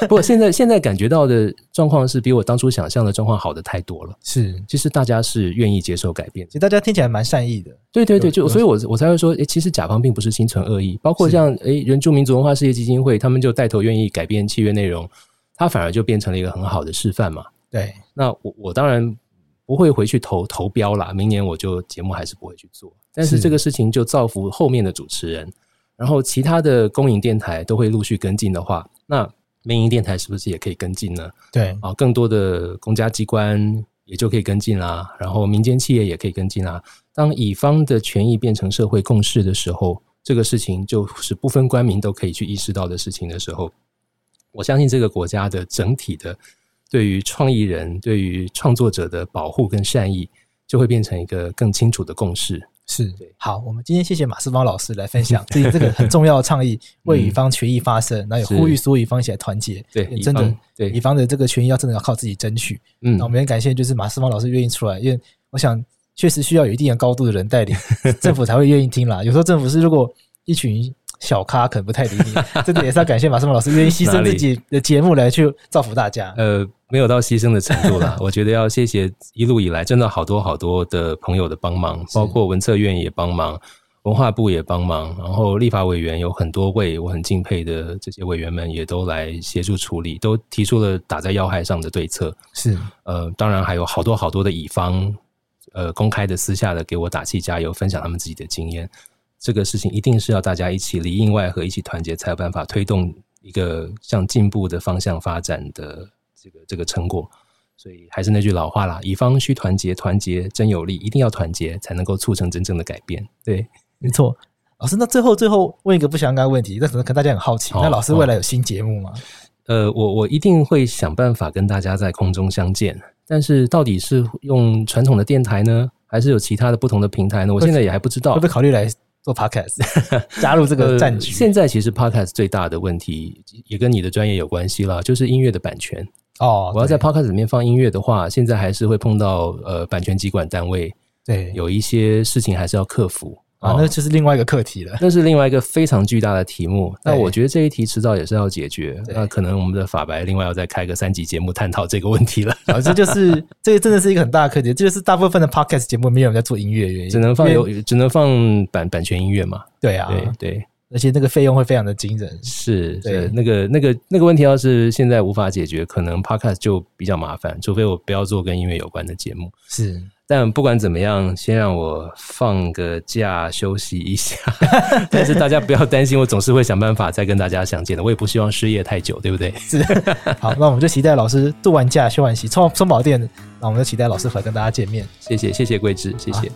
[SPEAKER 2] 不过现在现在感觉到的状况是比我当初想象的状况好的太多了。
[SPEAKER 3] 是，
[SPEAKER 2] 其实大家是愿意接受改变
[SPEAKER 3] 其，实大家听起来蛮善意的，
[SPEAKER 2] 对对对，
[SPEAKER 3] 有
[SPEAKER 2] 就
[SPEAKER 3] 有
[SPEAKER 2] 所以我，我才会说，诶，其实甲方并不是心存恶意，包括
[SPEAKER 3] 是
[SPEAKER 2] 像诶原住民族文化事业基金会，他们就带头愿意改变契约内容，它反而就变成了一个很好的示范嘛。
[SPEAKER 3] 对，
[SPEAKER 2] 那我我当然不会回去投投标啦，明年我就节目还是不会去做。但是
[SPEAKER 3] 是
[SPEAKER 2] 这个事情就造福后面的主持人，然后其他的公营电台都会陆续跟进的话，那民营电台是不是也可以跟进呢？
[SPEAKER 3] 对，
[SPEAKER 2] 啊，更多的公家机关也就可以跟进啦，然后民间企业也可以跟进啦。当乙方的权益变成社会共识的时候，这个事情就是不分官民都可以去意识到的事情的时候，我相信这个国家的整体的对于创意人、对于创作者的保护跟善意，就会变成一个更清楚的共识。
[SPEAKER 3] 是
[SPEAKER 2] 对。
[SPEAKER 3] 好，我们今天谢谢马世芳老师来 分享自己这个很重要的倡议，为乙方权益发声，那也
[SPEAKER 2] 嗯是
[SPEAKER 3] 呼吁所有乙方一起来团结。
[SPEAKER 2] 对
[SPEAKER 3] 也
[SPEAKER 2] 乙
[SPEAKER 3] 真的
[SPEAKER 2] 方，对
[SPEAKER 3] 乙方的这个权益要真的要靠自己争取。
[SPEAKER 2] 嗯
[SPEAKER 3] 那我，们也感谢就是马世芳老师愿意出来，因为我想确实需要有一定的高度的人 带领，政府才会愿意听啦。有时候政府是如果一群小咖可能不太理你， 真的也是要感谢马世芳老师愿意牺
[SPEAKER 2] 哪
[SPEAKER 3] 牲
[SPEAKER 2] 里
[SPEAKER 3] 自己的节目来去造福大家。
[SPEAKER 2] 呃，没有到牺牲的程度啦。我觉得要谢谢一路以来真的好多好多的朋友的帮忙，包括文策院也帮忙，文化部也帮忙，然后立法委员有很多位我很敬佩的这些委员们也都来协助处理，都提出了打在要害上的对策。
[SPEAKER 3] 是
[SPEAKER 2] 呃，当然还有好多好多的乙方，呃，公开的、私下的给我打气加油，分享他们自己的经验。这个事情一定是要大家一起里应外合，一起团结，才有办法推动一个向进步的方向发展的这个这个成果。所以还是那句老话啦，乙方需团结，团结真有力，一定要团结才能够促成真正的改变。对，
[SPEAKER 3] 没错。老师，那最后最后问一个不相干的问题，那可能可能大家很好奇，
[SPEAKER 2] 好
[SPEAKER 3] 那老师未来有新节目吗？
[SPEAKER 2] 呃，我我一定会想办法跟大家在空中相见。但是到底是用传统的电台呢，还是有其他的不同的平台呢？我现在也还不知道
[SPEAKER 3] 会不。会考虑来做 podcast，加入这个战
[SPEAKER 2] 呃。
[SPEAKER 3] 局？
[SPEAKER 2] 现在其实 podcast 最大的问题也跟你的专业有关系啦，就是音乐的版权。
[SPEAKER 3] 哦，
[SPEAKER 2] 呃我要在
[SPEAKER 3] 对
[SPEAKER 2] podcast 里面放音乐的话，现在还是会碰到呃版权机管单位
[SPEAKER 3] 对
[SPEAKER 2] 有一哦些事情还是要克服
[SPEAKER 3] 啊，那就是另外一个课题了。
[SPEAKER 2] 那是另外一个非常巨大的题目。
[SPEAKER 3] 对
[SPEAKER 2] 那我觉得这一题迟早也是要解决。
[SPEAKER 3] 对
[SPEAKER 2] 那可能我们的法白另外要再开个三集节目探讨这个问题了，
[SPEAKER 3] 啊，这就是这个真的是一个很大的课题，这就是大部分的 podcast 节目没有人在做音乐的原因，
[SPEAKER 2] 只能放
[SPEAKER 3] 因为
[SPEAKER 2] 有只能放版版权音乐嘛。
[SPEAKER 3] 对啊，
[SPEAKER 2] 对对，
[SPEAKER 3] 而且那个费用会非常的惊人。
[SPEAKER 2] 是
[SPEAKER 3] 对
[SPEAKER 2] 是那个那个那个问题，要是现在无法解决，可能 podcast 就比较麻烦，除非我不要做跟音乐有关的节目。
[SPEAKER 3] 是，
[SPEAKER 2] 但不管怎么样，先让我放个假休息一下。 但是大家不要担心，我总是会想办法再跟大家相见的。我也不希望失业太久，对不对？
[SPEAKER 3] 好，那我们就期待老师度完假、休完息、充充饱电，那我们就期待老师回来跟大家见面。
[SPEAKER 2] 谢谢谢谢桂枝，谢谢。